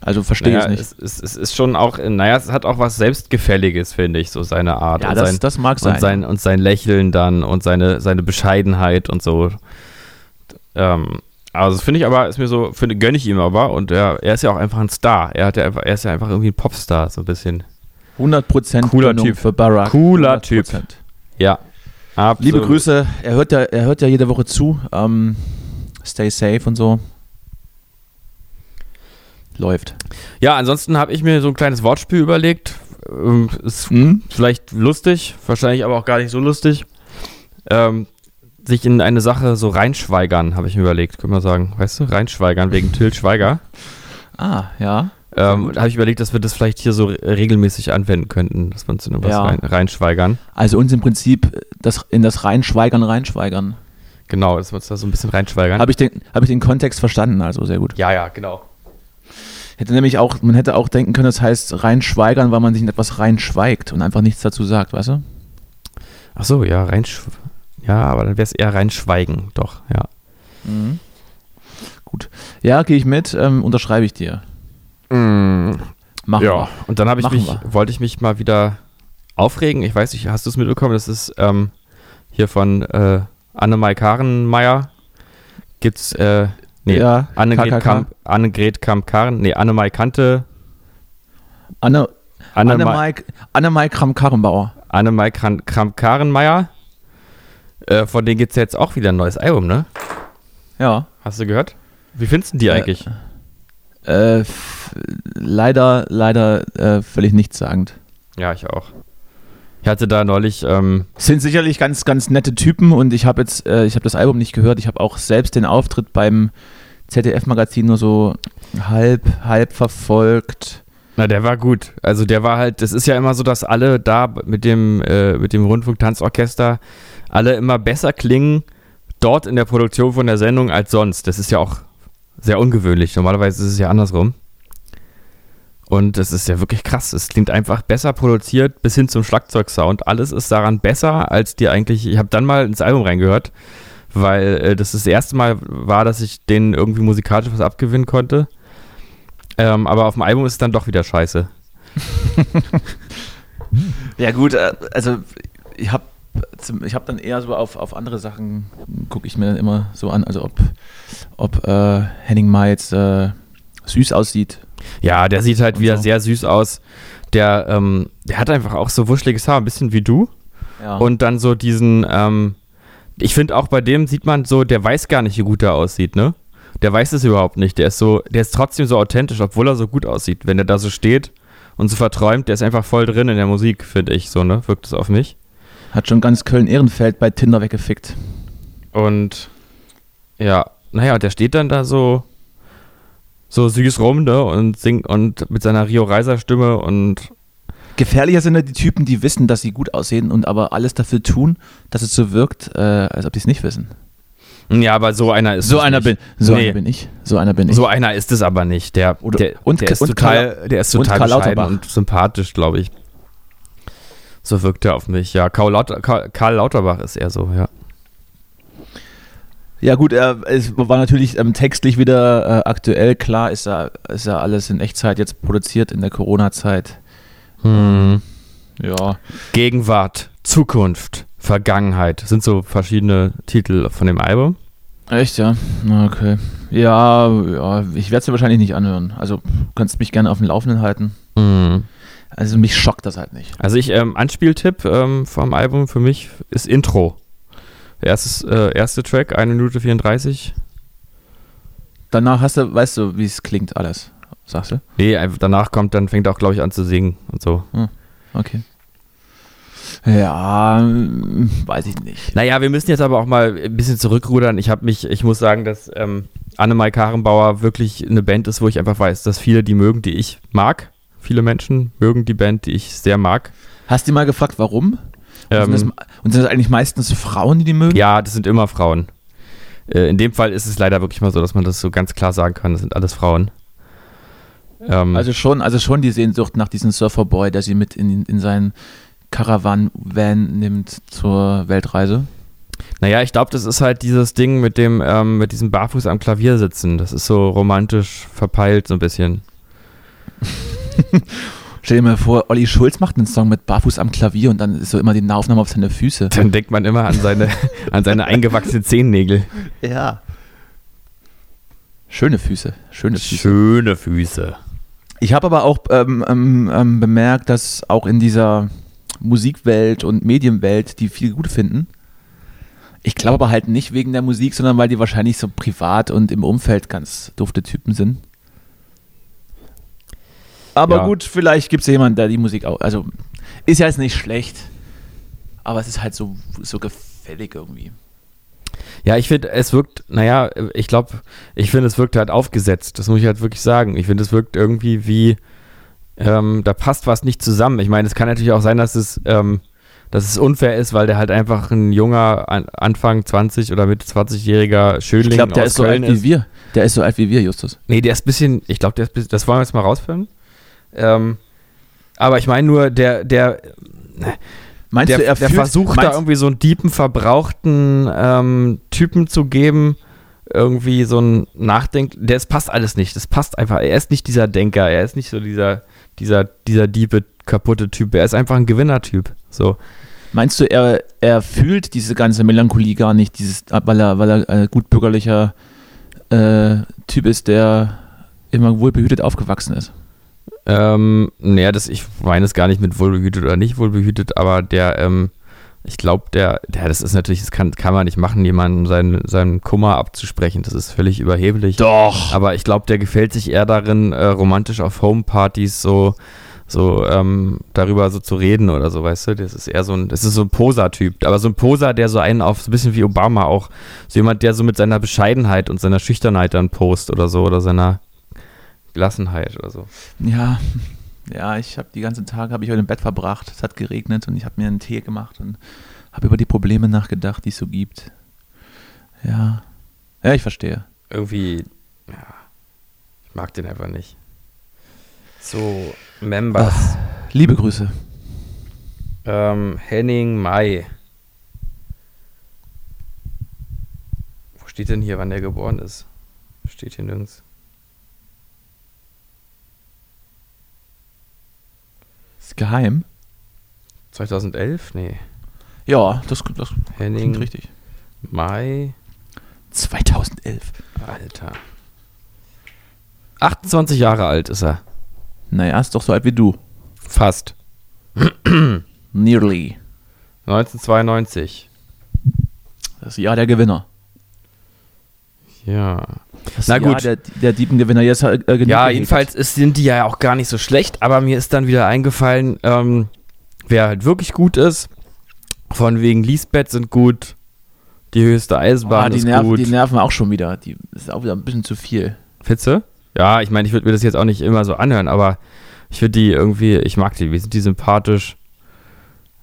Speaker 5: Also verstehe
Speaker 4: Naja,
Speaker 5: ich
Speaker 4: es,
Speaker 5: nicht.
Speaker 4: es, es ist schon auch, naja, es hat auch was Selbstgefälliges, finde ich, so seine Art.
Speaker 5: Ja, das- das mag sein.
Speaker 4: Und sein, und sein Lächeln dann und seine, seine Bescheidenheit und so. Ähm, also das finde ich aber, ist mir so, finde, gönne ich ihm aber. Und er, er ist ja auch einfach ein Star. Er, hat ja einfach, er ist ja einfach irgendwie ein Popstar, so ein bisschen.
Speaker 5: 100%
Speaker 4: Cooler
Speaker 5: Gönnung
Speaker 4: Typ.
Speaker 5: für Barack.
Speaker 4: Cooler Typ. Ja. Absolut.
Speaker 5: Liebe Grüße, er hört ja, er hört ja jede Woche zu. Ähm, stay safe und so. Läuft.
Speaker 4: Ja, ansonsten habe ich mir so ein kleines Wortspiel überlegt. Ähm, Ist
Speaker 5: Mhm.
Speaker 4: vielleicht lustig, wahrscheinlich aber auch gar nicht so lustig. Ähm, sich in eine Sache so reinschweigern, habe ich mir überlegt, können wir sagen. Weißt du, reinschweigern wegen Till Schweiger.
Speaker 5: Ah, ja.
Speaker 4: Ähm, da habe ich überlegt, dass wir das vielleicht hier so re- regelmäßig anwenden könnten, dass wir uns in irgendwas
Speaker 5: Ja.
Speaker 4: rein, reinschweigern.
Speaker 5: Also uns im Prinzip das, in das Reinschweigern reinschweigern.
Speaker 4: Genau, dass wir uns da so ein bisschen reinschweigern.
Speaker 5: Habe ich, den- hab ich den Kontext verstanden, also sehr gut.
Speaker 4: ja, ja, genau.
Speaker 5: Hätte nämlich auch, man hätte auch denken können, das heißt reinschweigern, weil man sich in etwas reinschweigt und einfach nichts dazu sagt, weißt du?
Speaker 4: Ach so, ja, reinschw Ja, aber dann wäre es eher reinschweigen, doch, ja.
Speaker 5: Gut. Ja, gehe ich mit, ähm, unterschreibe ich dir. Machen
Speaker 4: Mhm. Ja, und dann habe ich
Speaker 5: Machen
Speaker 4: mich,
Speaker 5: wir.
Speaker 4: wollte ich mich mal wieder aufregen. Ich weiß nicht, hast du es mitbekommen? Das ist ähm, hier von äh, Annemai Karenmeier. Gibt's, äh, nee,
Speaker 5: Ja,
Speaker 4: Annegret
Speaker 5: KKK.
Speaker 4: Kamp, Annegret Kamp Karen, nee, Annemai Kante,
Speaker 5: wir. Anne, Anne,
Speaker 4: Annemai,
Speaker 5: Mike, Anne Mike Kram-Karrenbauer.
Speaker 4: Annemai Kran- Kramp Karenmeier. Äh, von denen gibt es ja jetzt auch wieder ein neues Album, ne?
Speaker 5: Ja.
Speaker 4: Hast du gehört? Wie findest du die eigentlich?
Speaker 5: Äh, f- leider, leider äh, völlig nichtssagend.
Speaker 4: Ja, ich auch. Ich hatte da neulich, ähm,
Speaker 5: Sind sicherlich ganz, ganz nette Typen und ich habe jetzt, äh, ich habe das Album nicht gehört. Ich habe auch selbst den Auftritt beim ZDF-Magazin nur so halb, halb verfolgt.
Speaker 4: Na, der war gut. Also der war halt, das ist ja immer so, dass alle da mit dem, äh, mit dem Rundfunktanzorchester alle immer besser klingen dort in der Produktion von der Sendung als sonst. Das ist ja auch sehr ungewöhnlich. Normalerweise ist es ja andersrum. Und das ist ja wirklich krass. Es klingt einfach besser produziert bis hin zum Schlagzeugsound. Alles ist daran besser, als dir eigentlich. Ich habe dann mal ins Album reingehört, weil äh, das das erste Mal war, dass ich denen irgendwie musikalisch was abgewinnen konnte. Ähm, aber auf dem Album ist es dann doch wieder scheiße.
Speaker 5: Ja gut, äh, also ich habe ich hab dann eher so auf, auf andere Sachen, gucke ich mir dann immer so an, also ob, ob äh, Henning Ma jetzt äh, süß aussieht.
Speaker 4: Ja, der sieht halt
Speaker 5: Und
Speaker 4: wieder
Speaker 5: so.
Speaker 4: sehr süß aus. Der, ähm, der hat einfach auch so wuscheliges Haar, ein bisschen wie du.
Speaker 5: Ja.
Speaker 4: Und dann so diesen, ähm, ich finde auch bei dem sieht man so, der weiß gar nicht, wie gut er aussieht, ne? Der weiß es überhaupt nicht. Der ist so, der ist trotzdem so authentisch, obwohl er so gut aussieht. Wenn er da so steht und so verträumt, der ist einfach voll drin in der Musik, finde ich so, ne? Wirkt es auf mich.
Speaker 5: Hat schon ganz Köln-Ehrenfeld bei Tinder weggefickt.
Speaker 4: Und ja, naja, und der steht dann da so, so süß rum, ne? Und singt und mit seiner Rio Reiser Stimme und
Speaker 5: Gefährlicher sind ja die Typen, die wissen, dass sie gut aussehen und aber alles dafür tun, dass es so wirkt, äh, als ob die es nicht wissen.
Speaker 4: Ja, aber so einer ist
Speaker 5: So
Speaker 4: es
Speaker 5: einer
Speaker 4: nicht.
Speaker 5: bin, so
Speaker 4: Nee,
Speaker 5: einer bin ich. So einer bin ich.
Speaker 4: So einer ist es aber nicht. Der,
Speaker 5: Oder-
Speaker 4: der,
Speaker 5: und
Speaker 4: der
Speaker 5: Ka-
Speaker 4: ist
Speaker 5: und
Speaker 4: total,
Speaker 5: Karl-
Speaker 4: der ist
Speaker 5: und
Speaker 4: total
Speaker 5: Karl
Speaker 4: bescheiden
Speaker 5: Lauterbach.
Speaker 4: und sympathisch, glaube ich. So wirkt er auf mich. Ja, Karl, Lauter, Karl, Karl Lauterbach ist er so, ja.
Speaker 5: Ja gut, äh, es war natürlich ähm, textlich wieder äh, aktuell. Klar ist ja, ist ja alles in Echtzeit jetzt produziert in der Corona-Zeit. Ja,
Speaker 4: Gegenwart, Zukunft, Vergangenheit sind so verschiedene Titel von dem Album.
Speaker 5: echt ja. Na, Okay. Ja, ja, ich werde es wahrscheinlich nicht anhören. Also kannst mich gerne auf dem Laufenden halten. Also mich schockt das halt nicht.
Speaker 4: Also ich, ähm, Anspieltipp ähm, vom Album für mich ist Intro. Erstes, äh, erste Track, 1 Minute 34.
Speaker 5: Danach hast du, weißt du, wie es klingt alles. Sagst du?
Speaker 4: Nee, einfach danach kommt, dann fängt er auch, glaube ich, an zu singen und so.
Speaker 5: Okay. Ja, ähm, weiß ich nicht.
Speaker 4: Naja, wir müssen jetzt aber auch mal ein bisschen zurückrudern. Ich habe mich, ich muss sagen, dass ähm, Annemai Karenbauer wirklich eine Band ist, wo ich einfach weiß, dass viele die mögen, die ich mag. Viele Menschen mögen die Band, die ich sehr mag.
Speaker 5: Hast du mal gefragt, warum?
Speaker 4: Ähm,
Speaker 5: und, sind das, und sind das eigentlich meistens Frauen, die die mögen?
Speaker 4: Ja, das sind immer Frauen. Äh, in dem Fall ist es leider wirklich mal so, dass man das so ganz klar sagen kann, das sind alles Frauen. Ähm,
Speaker 5: Also schon, also schon die Sehnsucht nach diesem Surferboy, der sie mit in, in seinen Caravan-Van nimmt zur Weltreise.
Speaker 4: Naja, ich glaube, das ist halt dieses Ding mit dem, ähm, mit diesem Barfuß am Klavier sitzen. Das ist so romantisch verpeilt, so ein bisschen.
Speaker 5: Stell dir mal vor, Olli Schulz macht einen Song mit Barfuß am Klavier und dann ist so immer die Nahaufnahme auf seine Füße.
Speaker 4: Dann denkt man immer an seine, [LAUGHS] an seine eingewachsenen Zehennägel.
Speaker 5: Ja. Schöne Füße, schöne Füße.
Speaker 4: Schöne Füße.
Speaker 5: Ich habe aber auch ähm, ähm, ähm, bemerkt, dass auch in dieser Musikwelt und Medienwelt die viel gut finden. Ich glaube aber halt nicht wegen der Musik, sondern weil die wahrscheinlich so privat und im Umfeld ganz dufte Typen sind. Aber
Speaker 4: Ja.
Speaker 5: gut, vielleicht gibt es ja jemanden, der die Musik auch. Also ist ja jetzt nicht schlecht, aber es ist halt so, so gefällig irgendwie.
Speaker 4: Ja, ich finde, es wirkt, naja, ich glaube, ich finde, es wirkt halt aufgesetzt. Das muss ich halt wirklich sagen. Ich finde, es wirkt irgendwie wie, ähm, da passt was nicht zusammen. Ich meine, es kann natürlich auch sein, dass es, ähm, dass es unfair ist, weil der halt einfach ein junger, an, Anfang 20 oder Mitte 20-jähriger Schönling
Speaker 5: Ich glaube, der
Speaker 4: aus
Speaker 5: ist so
Speaker 4: Köln
Speaker 5: alt wie wir. Der ist so alt wie wir, Justus.
Speaker 4: Nee, der ist ein bisschen, ich glaube, der ist ein bisschen, das wollen wir jetzt mal rausfinden. Ähm, aber ich meine nur, der, der,
Speaker 5: Meinst
Speaker 4: der, der
Speaker 5: fühlt-
Speaker 4: versucht da
Speaker 5: meinst-
Speaker 4: irgendwie so einen diepen, verbrauchten ähm, Typen zu geben, irgendwie so ein Nachdenk, der es passt alles nicht, das passt einfach, er ist nicht dieser Denker, er ist nicht so dieser, dieser, dieser diepe, kaputte Typ, er ist einfach ein Gewinnertyp, so.
Speaker 5: Meinst du, er, er fühlt diese ganze Melancholie gar nicht, dieses, weil er, weil er ein gut bürgerlicher äh, Typ ist, der immer wohlbehütet aufgewachsen ist?
Speaker 4: Ähm, naja, das, ich meine es gar nicht mit wohlbehütet oder nicht wohlbehütet, aber der, ähm, ich glaube, der, der, das ist natürlich, das kann, kann man nicht machen, jemandem seinen, seinen Kummer abzusprechen. Das ist völlig überheblich.
Speaker 5: Doch.
Speaker 4: Aber ich glaube, der gefällt sich eher darin, äh, romantisch auf Homepartys so, so ähm, darüber so zu reden oder so, weißt du? Das ist eher so ein, das ist so ein Poser-Typ. Aber so ein Poser, der so einen auf, so ein bisschen wie Obama auch, so jemand, der so mit seiner Bescheidenheit und seiner Schüchternheit dann post oder so oder seiner Gelassenheit oder so.
Speaker 5: Ja, ja ich habe die ganzen Tage habe ich heute im Bett verbracht. Es hat geregnet und ich habe mir einen Tee gemacht und habe über die Probleme nachgedacht, die es so gibt. Ja, ja, ich verstehe.
Speaker 4: Irgendwie, ja, ich mag den einfach nicht. So, Members.
Speaker 5: Liebe Grüße.
Speaker 4: Ähm, Henning May. Wo steht denn hier, wann der geboren ist? Steht hier nirgends.
Speaker 5: Ist geheim?
Speaker 4: 2011? Nee.
Speaker 5: Ja, das, das
Speaker 4: Henning
Speaker 5: klingt richtig.
Speaker 4: May.
Speaker 5: 2011.
Speaker 4: Alter. 28 Jahre alt ist er.
Speaker 5: Naja, ist doch so alt wie du.
Speaker 4: Fast.
Speaker 5: Nearly.
Speaker 4: 1992.
Speaker 5: Das Jahr der Gewinner.
Speaker 4: Ja.
Speaker 5: Das
Speaker 4: Na
Speaker 5: Jahr
Speaker 4: gut.
Speaker 5: Der, der Diebengewinner jetzt äh, genug
Speaker 4: Ja,
Speaker 5: geredet.
Speaker 4: jedenfalls ist, sind die ja auch gar nicht so schlecht, aber mir ist dann wieder eingefallen, ähm, wer halt wirklich gut ist, von wegen Lisbeth sind gut, die höchste Eisenbahn
Speaker 5: Ah, die,
Speaker 4: ist
Speaker 5: nerven,
Speaker 4: gut.
Speaker 5: die nerven auch schon wieder. Die das ist auch wieder ein bisschen zu viel.
Speaker 4: Fitze? Ja, ich meine, ich würde mir das jetzt auch nicht immer so anhören, aber ich würde die irgendwie, ich mag die, wir sind die sympathisch.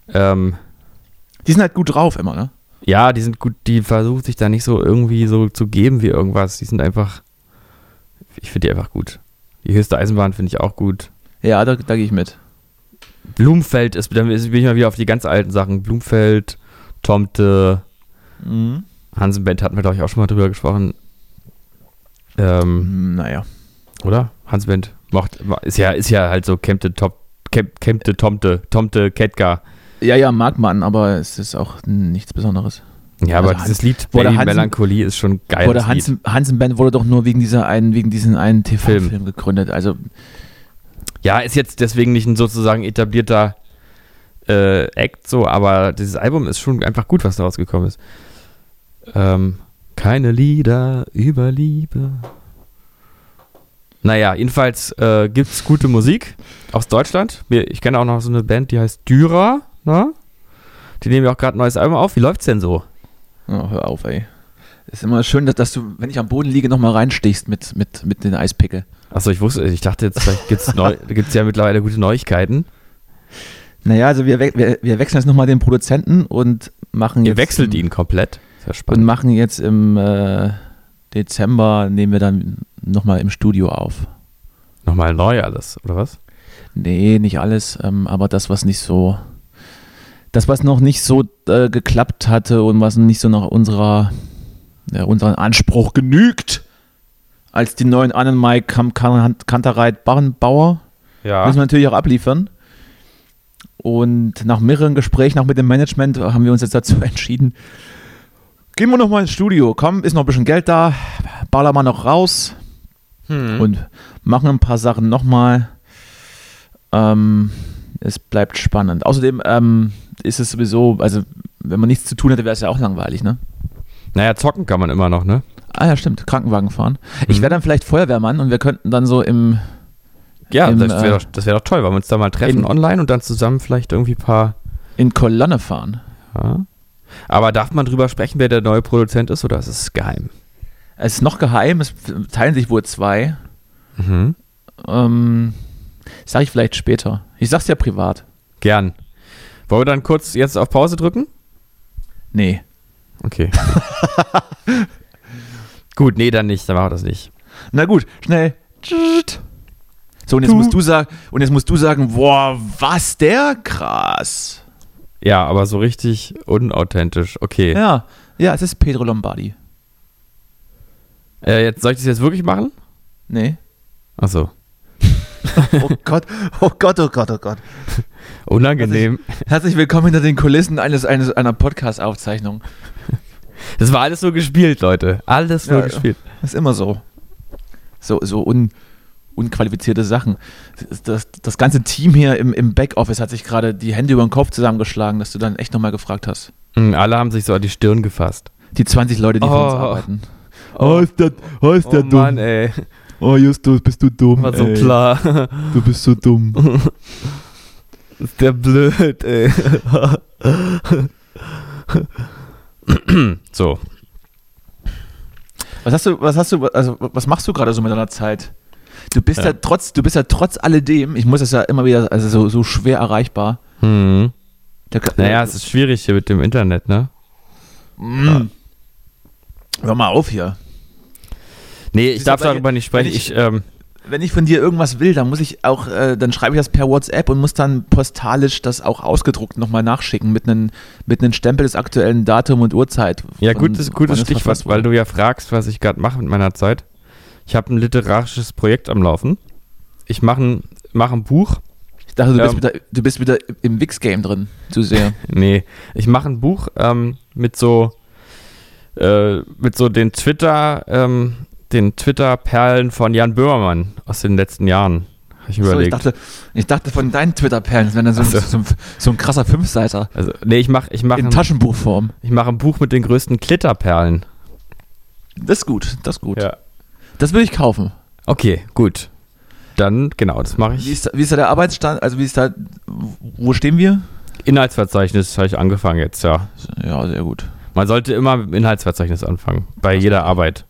Speaker 4: Ähm,
Speaker 5: Die sind halt gut drauf immer, ne?
Speaker 4: ja, die sind gut, die versuchen sich da nicht so irgendwie so zu geben wie irgendwas. Die sind einfach, ich finde die einfach gut. Die höchste Eisenbahn finde ich auch gut.
Speaker 5: Ja, da, da gehe ich mit.
Speaker 4: Blumfeld
Speaker 5: Mhm.
Speaker 4: ist, dann bin ich mal wieder auf die ganz alten Sachen. Blumfeld, Tomte, Hansenband hatten wir, glaube ich, auch schon mal drüber gesprochen. Ähm,
Speaker 5: Naja.
Speaker 4: oder? Hansband macht, ist ja, ist ja halt so Kempte Top, Kemp, Kempte Tomte, Tomte Ketka.
Speaker 5: Ja, ja, mag man, aber es ist auch nichts Besonderes.
Speaker 4: Ja, aber
Speaker 5: Also
Speaker 4: dieses
Speaker 5: Hans-
Speaker 4: Lied
Speaker 5: wurde
Speaker 4: Baby
Speaker 5: Hansen-
Speaker 4: Melancholie ist schon geil.
Speaker 5: Wurde Hansen, Hansenband wurde doch nur wegen dieser einen, wegen diesen einen TV-Film
Speaker 4: Film.
Speaker 5: gegründet. Also
Speaker 4: Ja, ist jetzt deswegen nicht ein sozusagen etablierter äh, Act so, aber dieses Album ist schon einfach gut, was da rausgekommen ist. Ähm, keine Lieder über Liebe. Naja, jedenfalls äh, gibt es gute Musik aus Deutschland. Wir- Ich kenne auch noch so eine Band, die heißt Dürer. Na? Die nehmen ja auch gerade ein neues Album auf. Wie läuft's denn so?
Speaker 5: Oh, hör auf, ey. Ist immer schön, dass, dass du, wenn ich am Boden liege, nochmal reinstichst mit, mit, mit den Eispickel.
Speaker 4: Achso, ich wusste, ich dachte jetzt, vielleicht
Speaker 5: [LAUGHS]
Speaker 4: gibt es ja mittlerweile gute Neuigkeiten.
Speaker 5: Naja, also wir, we- wir, wir wechseln jetzt nochmal den Produzenten und machen
Speaker 4: Ihr
Speaker 5: jetzt.
Speaker 4: wechselt ihn komplett. Ist ja spannend.
Speaker 5: Und machen jetzt im äh, Dezember, nehmen wir dann nochmal im Studio auf.
Speaker 4: Nochmal neu alles, oder was?
Speaker 5: Nee, nicht alles, ähm, aber das, was nicht so. Das, was noch nicht so äh, geklappt hatte und was nicht so nach unserer, ja, unseren Anspruch genügt, als die neuen Annen Mike kam kan Kantereit Barrenbauer
Speaker 4: Ja.
Speaker 5: Müssen wir natürlich auch abliefern. Und nach mehreren Gesprächen, auch mit dem Management, haben wir uns jetzt dazu [LAUGHS] entschieden, gehen wir nochmal ins Studio. Komm, ist noch ein bisschen Geld da, baller mal noch raus und machen ein paar Sachen nochmal. Ähm, es bleibt spannend. Außerdem ähm, ist es sowieso, also wenn man nichts zu tun hätte, wäre es ja auch langweilig, ne?
Speaker 4: Naja, zocken kann man immer noch, ne?
Speaker 5: Ah ja, stimmt, Krankenwagen fahren. Ich wäre dann vielleicht Feuerwehrmann und wir könnten dann so im,
Speaker 4: Ja,
Speaker 5: Im,
Speaker 4: das wäre
Speaker 5: äh,
Speaker 4: doch, das wär doch toll, wenn wir uns da mal treffen
Speaker 5: in-
Speaker 4: online und dann zusammen vielleicht irgendwie ein paar.
Speaker 5: in Kolonne fahren.
Speaker 4: Ja. Aber darf man drüber sprechen, wer der neue Produzent ist oder ist es geheim?
Speaker 5: Es ist noch geheim, es teilen sich wohl zwei.
Speaker 4: Mhm.
Speaker 5: Ähm, sag ich vielleicht später. Ich sag's ja privat.
Speaker 4: Gern. Wollen wir dann kurz jetzt auf Pause drücken?
Speaker 5: Nee. [LAUGHS]
Speaker 4: Okay. Gut, nee, dann nicht, dann machen wir das nicht.
Speaker 5: Na gut, schnell. Tschüss. So, und jetzt musst du sagen, und jetzt musst du sagen, boah, was der krass.
Speaker 4: Ja, aber so richtig unauthentisch. Okay.
Speaker 5: Ja, ja, es ist Pedro Lombardi.
Speaker 4: Äh, jetzt, soll ich das jetzt wirklich machen?
Speaker 5: Nee.
Speaker 4: Achso.
Speaker 5: [LAUGHS] Oh Gott, oh Gott, oh Gott, oh Gott.
Speaker 4: [LAUGHS]
Speaker 5: Also
Speaker 4: Unangenehm.
Speaker 5: Herzlich willkommen hinter den Kulissen eines, eines einer Podcast-Aufzeichnung.
Speaker 4: Das war alles nur gespielt, Leute. Alles nur
Speaker 5: Ja, ja.
Speaker 4: gespielt.
Speaker 5: Das ist immer so. So, so un, unqualifizierte Sachen. Das, das ganze Team hier im, im Backoffice hat sich gerade die Hände über den Kopf zusammengeschlagen, dass du dann echt nochmal gefragt hast.
Speaker 4: Mhm, alle haben sich so an die Stirn gefasst.
Speaker 5: Die 20 Leute, die für uns
Speaker 4: Oh.
Speaker 5: arbeiten. Oh, ist der, oh, ist
Speaker 4: Oh Mann, ey.
Speaker 5: Oh, Justus, bist du dumm.
Speaker 4: War so
Speaker 5: ey. [LAUGHS]
Speaker 4: klar.
Speaker 5: Du bist so dumm.
Speaker 4: [LAUGHS] Ist der blöd, ey. so.
Speaker 5: Was hast du, was hast du, also was machst du gerade so mit deiner Zeit? Du bist ja. trotz, du bist ja trotz alledem, ich muss das ja immer wieder, also so, so schwer erreichbar.
Speaker 4: Hm.
Speaker 5: Der-
Speaker 4: Naja, es ist schwierig hier mit dem Internet, ne?
Speaker 5: Mm. Hör mal auf hier.
Speaker 4: Nee, ich
Speaker 5: Siehst du,
Speaker 4: darf
Speaker 5: bei-
Speaker 4: darüber nicht sprechen.
Speaker 5: wenn ich-
Speaker 4: Ich, ähm,
Speaker 5: wenn ich von dir irgendwas will, dann muss ich auch, äh, dann schreibe ich das per WhatsApp und muss dann postalisch das auch ausgedruckt nochmal nachschicken mit einem mit einem Stempel des aktuellen Datum und Uhrzeit.
Speaker 4: ja,
Speaker 5: von-
Speaker 4: gutes,
Speaker 5: wann
Speaker 4: gutes
Speaker 5: es
Speaker 4: Stichwort,
Speaker 5: verfasst
Speaker 4: weil
Speaker 5: wurde.
Speaker 4: du ja fragst, was ich gerade mache mit meiner Zeit. Ich habe ein literarisches Projekt am Laufen. Ich mache ein, mach ein Buch.
Speaker 5: Ich dachte, du,
Speaker 4: ähm,
Speaker 5: bist wieder, du bist wieder im Wix-Game drin,
Speaker 4: [LAUGHS]
Speaker 5: zu sehr.
Speaker 4: Nee, ich mache ein Buch ähm, mit so äh, mit so den Twitter ähm, den Twitter Perlen von Jan Böhmermann aus den letzten Jahren. Habe ich
Speaker 5: So, ich,
Speaker 4: überlegt.
Speaker 5: dachte, ich dachte von deinen Twitter-Perlen, wenn dann so, ein-
Speaker 4: Ach so.
Speaker 5: so, ein- so ein krasser Fünfseiter
Speaker 4: also nee, ich mache ich mache
Speaker 5: in
Speaker 4: ein,
Speaker 5: Taschenbuchform.
Speaker 4: ich mache ein Buch mit den größten Klitterperlen.
Speaker 5: Das ist gut, das ist gut.
Speaker 4: Ja.
Speaker 5: Das will ich kaufen.
Speaker 4: Okay, gut. Dann genau, das mache
Speaker 5: Wie
Speaker 4: ich.
Speaker 5: ist, da- wie ist da der Arbeitsstand? Also wie ist da, wo stehen wir?
Speaker 4: Inhaltsverzeichnis habe ich angefangen jetzt, ja.
Speaker 5: Ja, sehr gut.
Speaker 4: Man sollte immer mit dem Inhaltsverzeichnis anfangen, bei jeder Arbeit.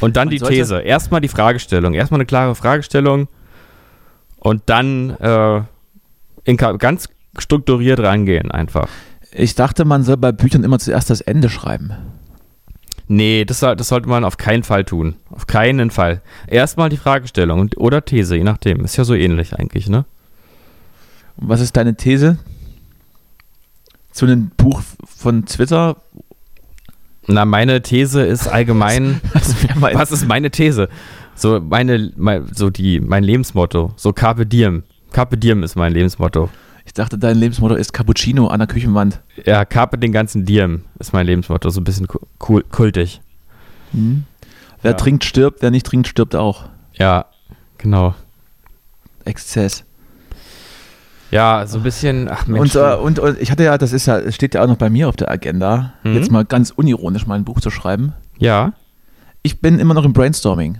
Speaker 4: Und dann
Speaker 5: Man
Speaker 4: die
Speaker 5: sollte-
Speaker 4: These. Erstmal die Fragestellung. Erstmal eine klare Fragestellung und dann äh, in, ka- ganz strukturiert rangehen einfach.
Speaker 5: Ich dachte, man soll bei Büchern immer zuerst das Ende schreiben.
Speaker 4: Nee, das, soll- das sollte man auf keinen Fall tun. Auf keinen Fall. Erstmal die Fragestellung und, oder These, je nachdem. Ist ja so ähnlich eigentlich, ne?
Speaker 5: Was ist deine These zu einem Buch von Twitter?
Speaker 4: Na, meine These ist allgemein.
Speaker 5: [LAUGHS] Das wäre mein-
Speaker 4: was ist meine These? So meine, mein, so die, mein Lebensmotto. So Carpe Diem. Carpe Diem ist mein Lebensmotto.
Speaker 5: Ich dachte, dein Lebensmotto ist Cappuccino an der Küchenwand.
Speaker 4: Ja, Carpe den ganzen Diem ist mein Lebensmotto. So ein bisschen ku- cool, kultig.
Speaker 5: Wer
Speaker 4: Ja.
Speaker 5: trinkt, stirbt. Wer nicht trinkt, stirbt auch.
Speaker 4: Ja, genau.
Speaker 5: Exzess.
Speaker 4: Ja, so ein bisschen. Ach Mensch.
Speaker 5: Und, äh, und, und ich hatte ja, das ist ja, es steht ja auch noch bei mir auf der Agenda, jetzt mal ganz unironisch mal ein Buch zu schreiben.
Speaker 4: ja.
Speaker 5: Ich bin immer noch im Brainstorming.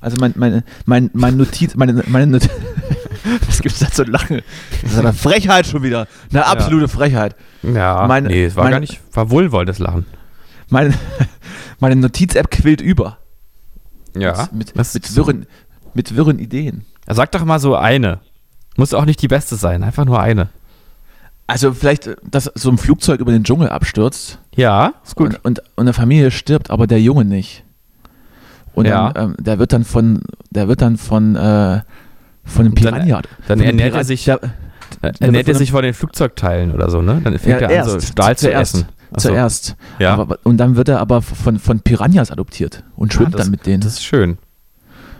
Speaker 5: Also mein, mein, mein, mein Notiz, meine, meine Notiz. [LAUGHS] Was gibt's da zu lachen? Das ist eine Frechheit schon wieder. Eine absolute Frechheit.
Speaker 4: Ja,
Speaker 5: Mein-
Speaker 4: nee, es war
Speaker 5: mein-
Speaker 4: gar nicht, war wohlwollendes Lachen.
Speaker 5: Meine, [LAUGHS] meine Notiz-App quillt über.
Speaker 4: Ja.
Speaker 5: Mit,
Speaker 4: Was-
Speaker 5: mit, wirren, mit wirren Ideen.
Speaker 4: Sag doch mal so eine. Muss auch nicht die beste sein, einfach nur eine.
Speaker 5: Also vielleicht, dass so ein Flugzeug über den Dschungel abstürzt.
Speaker 4: Ja, ist gut.
Speaker 5: Und, und, und eine Familie stirbt, aber der Junge nicht. Und
Speaker 4: Ja.
Speaker 5: dann, ähm, der wird dann von, der wird dann von, äh, von einem
Speaker 4: Und dann- äh,
Speaker 5: Piranha.
Speaker 4: dann
Speaker 5: von einem
Speaker 4: ernährt er
Speaker 5: Piran-
Speaker 4: sich-
Speaker 5: Der,
Speaker 4: Ernährt er
Speaker 5: von
Speaker 4: sich von den Flugzeugteilen oder so, ne? Dann fängt
Speaker 5: ja,
Speaker 4: er an, so
Speaker 5: erst,
Speaker 4: Stahl zu
Speaker 5: zuerst,
Speaker 4: essen. Ach so.
Speaker 5: Zuerst.
Speaker 4: Ja.
Speaker 5: Aber, und dann wird er aber von, von Piranhas adoptiert und
Speaker 4: Ah,
Speaker 5: schwimmt
Speaker 4: das,
Speaker 5: dann mit denen.
Speaker 4: Das ist schön.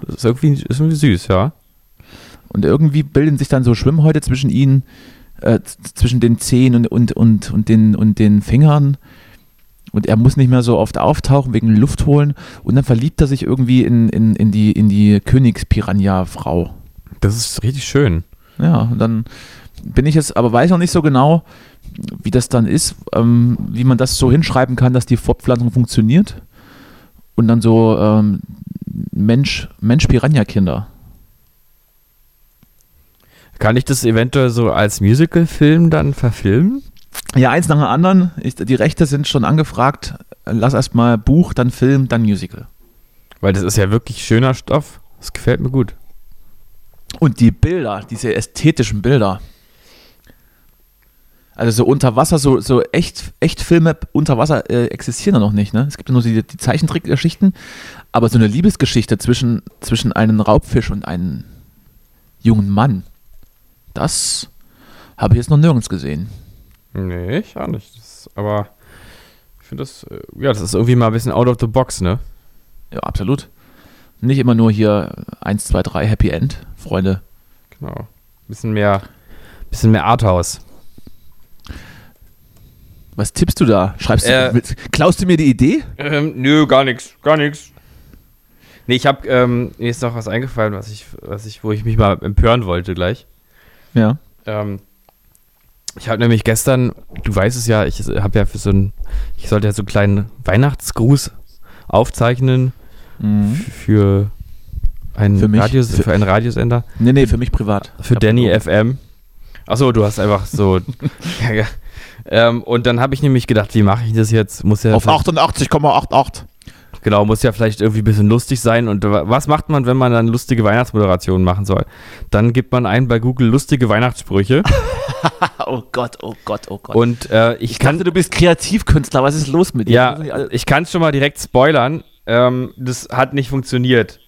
Speaker 4: Das ist irgendwie, ist irgendwie süß, ja.
Speaker 5: und irgendwie bilden sich dann so Schwimmhäute zwischen ihnen, äh, z- zwischen den Zehen und, und, und, und, den, und den Fingern. Und er muss nicht mehr so oft auftauchen wegen Luft holen. Und dann verliebt er sich irgendwie in, in, in die, in die Königspiranha-Frau.
Speaker 4: Das ist richtig schön.
Speaker 5: Ja, und dann bin ich jetzt, aber weiß noch nicht so genau, wie das dann ist, ähm, wie man das so hinschreiben kann, dass die Fortpflanzung funktioniert. Und dann so ähm, Mensch, Mensch-Piranha-Kinder.
Speaker 4: Kann ich das eventuell so als Musical-Film dann verfilmen?
Speaker 5: Ja, eins nach dem anderen. Ich, die Rechte sind schon angefragt. Lass erstmal Buch, dann Film, dann Musical.
Speaker 4: Weil das ist ja wirklich schöner Stoff. Das gefällt mir gut.
Speaker 5: Und die Bilder, diese ästhetischen Bilder. Also so unter Wasser, so, so echt, echt Filme unter Wasser äh, existieren da noch nicht. Ne? Es gibt ja nur die, die Zeichentrickgeschichten, aber so eine Liebesgeschichte zwischen, zwischen einem Raubfisch und einem jungen Mann, das habe ich jetzt noch nirgends gesehen.
Speaker 4: Nee, ich auch nicht. Das, aber ich finde das, äh, ja, das ist irgendwie mal ein bisschen out of the box, ne?
Speaker 5: Ja, absolut. Nicht immer nur hier 1, 2, 3 Happy End, Freunde.
Speaker 4: Genau. Bisschen mehr, bisschen mehr Arthouse.
Speaker 5: Was tippst du da? Schreibst du,
Speaker 4: Äh.
Speaker 5: willst, klaust du mir die Idee?
Speaker 4: Ähm, nö, gar nichts, gar nichts. Nee, ich habe ähm, mir ist noch was eingefallen, was ich, was ich, wo ich mich mal empören wollte gleich.
Speaker 5: Ja.
Speaker 4: Ähm, ich habe nämlich gestern, du weißt es ja, ich habe ja für so einen, ich sollte ja so einen kleinen Weihnachtsgruß aufzeichnen f- für einen
Speaker 5: Mhm. Für mich?
Speaker 4: Radios,
Speaker 5: Für-
Speaker 4: für, einen Radiosender,
Speaker 5: Nee, nee, für mich privat.
Speaker 4: für
Speaker 5: Hab-
Speaker 4: Danny FM. Achso, du hast einfach
Speaker 5: [LAUGHS]
Speaker 4: so. ja, ja. Ähm, und dann habe ich nämlich gedacht, wie mache ich das jetzt? Muss ja
Speaker 5: Auf 88,88.
Speaker 4: Genau, muss ja vielleicht irgendwie ein bisschen lustig sein. Und wa- was macht man, wenn man dann lustige Weihnachtsmoderationen machen soll? Dann gibt man ein bei Google lustige
Speaker 5: [LAUGHS]
Speaker 4: Weihnachtssprüche.
Speaker 5: Oh Gott, oh Gott, oh Gott.
Speaker 4: Und äh, ich, kann,
Speaker 5: du bist Kreativkünstler. Was ist los mit Also,
Speaker 4: ja, ich kann schon mal direkt spoilern. Ähm, das hat nicht funktioniert.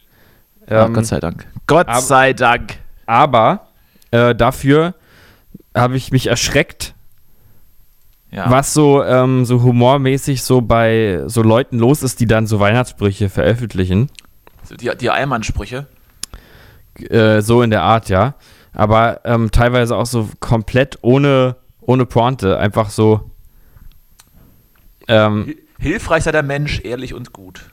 Speaker 5: Ja,
Speaker 4: Ähm,
Speaker 5: Gott sei Dank. Gott
Speaker 4: aber-
Speaker 5: sei Dank.
Speaker 4: aber äh, dafür habe ich mich erschreckt,
Speaker 5: Ja.
Speaker 4: was so, ähm, so humormäßig so bei so Leuten los ist, die dann so Weihnachtssprüche veröffentlichen.
Speaker 5: Die, die Eilmann-Sprüche.
Speaker 4: äh, so in der Art, ja. Aber ähm, teilweise auch so komplett ohne, ohne Pointe, einfach so. Ähm,
Speaker 5: Hilfreich sei der Mensch, ehrlich und gut.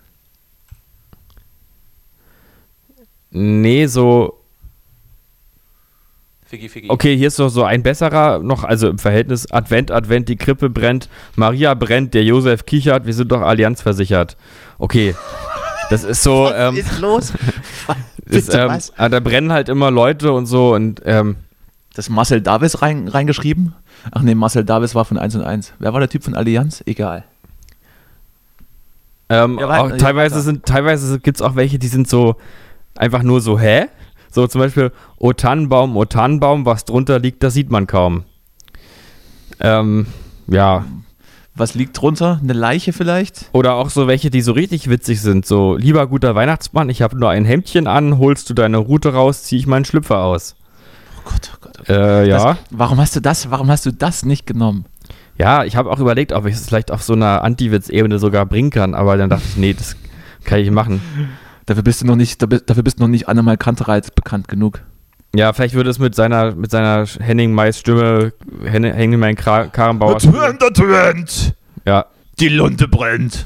Speaker 4: nee, so.
Speaker 5: Figgi, Figgi.
Speaker 4: Okay, hier ist doch so ein besserer noch, also im Verhältnis Advent, Advent, die Krippe brennt, Maria brennt, der Josef kichert, wir sind doch Allianz versichert. Okay. Das ist
Speaker 5: [LAUGHS]
Speaker 4: so. ähm,
Speaker 5: los?
Speaker 4: ist, ähm, ah, da brennen halt immer Leute und so und ähm,
Speaker 5: Das Marcel Davis rein, reingeschrieben? Ach nee, Marcel Davis war von 1 und 1. Wer war der Typ von Allianz? Egal.
Speaker 4: Ähm,
Speaker 5: Ja, warte,
Speaker 4: auch
Speaker 5: ja,
Speaker 4: teilweise
Speaker 5: klar.
Speaker 4: sind, teilweise gibt es auch welche, die sind so einfach nur so, hä? So zum Beispiel, O Tannenbaum, O Tannenbaum, was drunter liegt, das sieht man kaum. Ähm, ja.
Speaker 5: Was liegt drunter? Eine Leiche vielleicht?
Speaker 4: Oder auch so welche, die so richtig witzig sind. So, lieber guter Weihnachtsmann, ich habe nur ein Hemdchen an, holst du deine Rute raus, ziehe ich meinen Schlüpfer aus.
Speaker 5: Oh Gott, oh Gott.
Speaker 4: Äh, ja.
Speaker 5: Das, warum hast du das? Warum hast du das nicht genommen?
Speaker 4: Ja, ich habe auch überlegt, ob ich es vielleicht auf so einer Anti-Witz-Ebene sogar bringen kann, aber dann dachte ich, nee, das kann ich nicht machen.
Speaker 5: Dafür bist du noch nicht, dafür dafür bist du noch nicht Annemal Kantereit bekannt genug.
Speaker 4: Ja, vielleicht würde es mit seiner, mit seiner Henning Mais Stimme, Henning, Henning Mai Kra- Karrenbauer.
Speaker 5: der Trend,
Speaker 4: Ja,
Speaker 5: die
Speaker 4: [LAUGHS]
Speaker 5: Lunte brennt.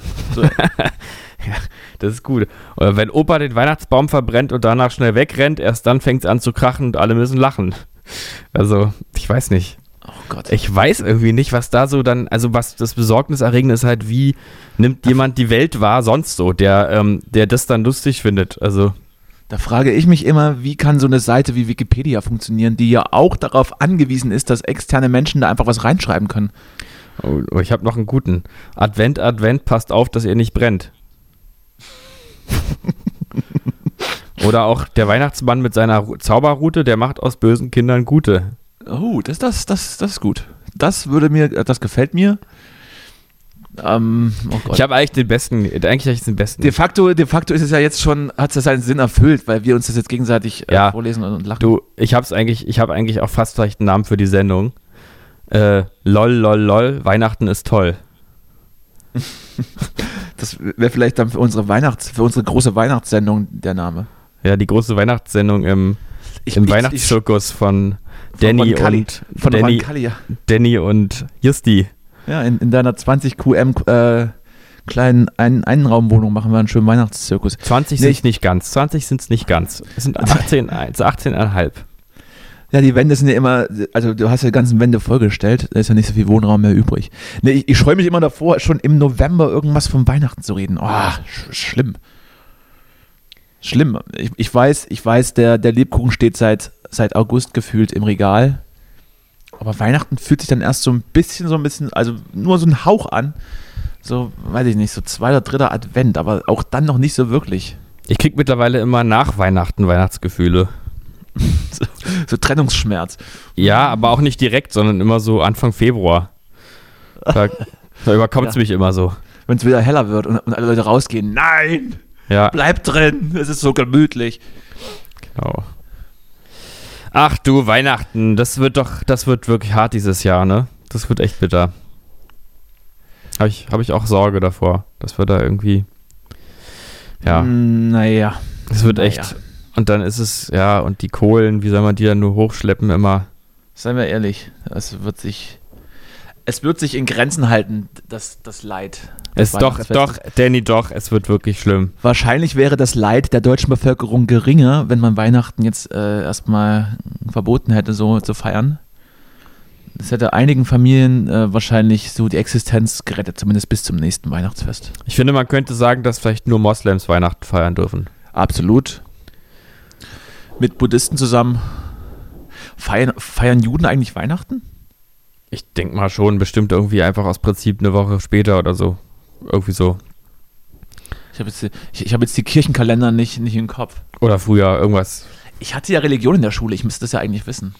Speaker 4: das ist gut. Oder wenn Opa den Weihnachtsbaum verbrennt und danach schnell wegrennt, erst dann fängt es an zu krachen und alle müssen lachen. Also, ich weiß nicht.
Speaker 5: Oh Gott.
Speaker 4: Ich weiß irgendwie nicht, was da so dann, also was das Besorgniserregende ist halt, wie nimmt jemand die Welt wahr sonst so, der, ähm, der das dann lustig findet. Also,
Speaker 5: Da frage ich mich immer, wie kann so eine Seite wie Wikipedia funktionieren, die ja auch darauf angewiesen ist, dass externe Menschen da einfach was reinschreiben können.
Speaker 4: oh, oh, ich habe noch einen guten. Advent, Advent, passt auf, dass ihr nicht
Speaker 5: [LAUGHS]
Speaker 4: brennt. Oder auch der Weihnachtsmann mit seiner Ru- Zauberrute, der macht aus bösen Kindern gute.
Speaker 5: Oh, das, das, das, das ist gut. Das würde mir, das gefällt mir. Ähm, oh Gott.
Speaker 4: Ich habe eigentlich den besten, eigentlich habe ich den besten.
Speaker 5: De facto, de facto ist es ja jetzt schon, hat es ja seinen Sinn erfüllt, weil wir uns das jetzt gegenseitig äh,
Speaker 4: Ja.
Speaker 5: vorlesen und, und lachen.
Speaker 4: Du, ich hab's eigentlich, ich habe eigentlich auch fast vielleicht einen Namen für die Sendung. Äh, lol, lol, lol, Weihnachten ist toll.
Speaker 5: Das wäre vielleicht dann für unsere Weihnachts, für unsere große Weihnachtssendung der Name.
Speaker 4: Ja, die große Weihnachtssendung im,
Speaker 5: Ich,
Speaker 4: im Weihnachtszirkus von, Danny und
Speaker 5: von
Speaker 4: Danny,
Speaker 5: Roncalli, ja.
Speaker 4: Danny und Justi.
Speaker 5: ja, in, in deiner 20 QM äh, kleinen Ein Einraumwohnung machen wir einen schönen Weihnachtszirkus.
Speaker 4: 20
Speaker 5: Nee,
Speaker 4: sind's
Speaker 5: ich-
Speaker 4: nicht ganz. 20 sind's nicht ganz. Es sind 18, es sind 18,5.
Speaker 5: Ja, die Wände sind ja immer, also du hast ja die ganzen Wände vollgestellt, da ist ja nicht so viel Wohnraum mehr übrig. Nee, ich, ich scheue mich immer davor, schon im November irgendwas vom Weihnachten zu reden. Oh, sch schlimm. Schlimm. Ich, ich weiß, ich weiß, der, der Lebkuchen steht seit, seit August gefühlt im Regal. Aber Weihnachten fühlt sich dann erst so ein bisschen, so ein bisschen, also nur so ein Hauch an. So, weiß ich nicht, so zweiter, dritter Advent, aber auch dann noch nicht so wirklich.
Speaker 4: Ich krieg mittlerweile immer nach Weihnachten Weihnachtsgefühle.
Speaker 5: So, so Trennungsschmerz. Mhm.
Speaker 4: Ja, aber auch nicht direkt, sondern immer so Anfang Februar. Da, da überkommt's mich immer so.
Speaker 5: Wenn es wieder heller wird und, und alle Leute rausgehen. Nein!
Speaker 4: Ja.
Speaker 5: Bleib drin, es ist so gemütlich.
Speaker 4: Genau. Ach du Weihnachten, das wird doch, das wird wirklich hart dieses Jahr, ne? Das wird echt bitter. Habe ich, hab ich auch Sorge davor, dass wir da irgendwie. Ja,
Speaker 5: Mm, Naja.
Speaker 4: es wird
Speaker 5: na
Speaker 4: echt.
Speaker 5: ja.
Speaker 4: Und dann ist es, ja, und die Kohlen, wie soll man die dann nur hochschleppen immer?
Speaker 5: Seien wir ehrlich, es wird sich. Es wird sich in Grenzen halten, das, das Leid.
Speaker 4: Es
Speaker 5: des
Speaker 4: doch,
Speaker 5: Weihnachtsfestes.
Speaker 4: doch, Danny, doch, es wird wirklich schlimm.
Speaker 5: Wahrscheinlich wäre das Leid der deutschen Bevölkerung geringer, wenn man Weihnachten jetzt äh, erstmal verboten hätte, so zu feiern. Das hätte einigen Familien äh, wahrscheinlich so die Existenz gerettet, zumindest bis zum nächsten Weihnachtsfest.
Speaker 4: Ich finde, man könnte sagen, dass vielleicht nur Moslems Weihnachten feiern dürfen.
Speaker 5: Absolut. Mit Buddhisten zusammen. Feiern, feiern Juden eigentlich Weihnachten?
Speaker 4: Ich denke mal schon, bestimmt irgendwie einfach aus Prinzip eine Woche später oder so. Irgendwie so.
Speaker 5: Ich habe jetzt, die- ich, ich hab jetzt die Kirchenkalender nicht, nicht im Kopf.
Speaker 4: Oder früher, irgendwas
Speaker 5: Ich hatte ja Religion in der Schule, ich müsste das ja eigentlich wissen.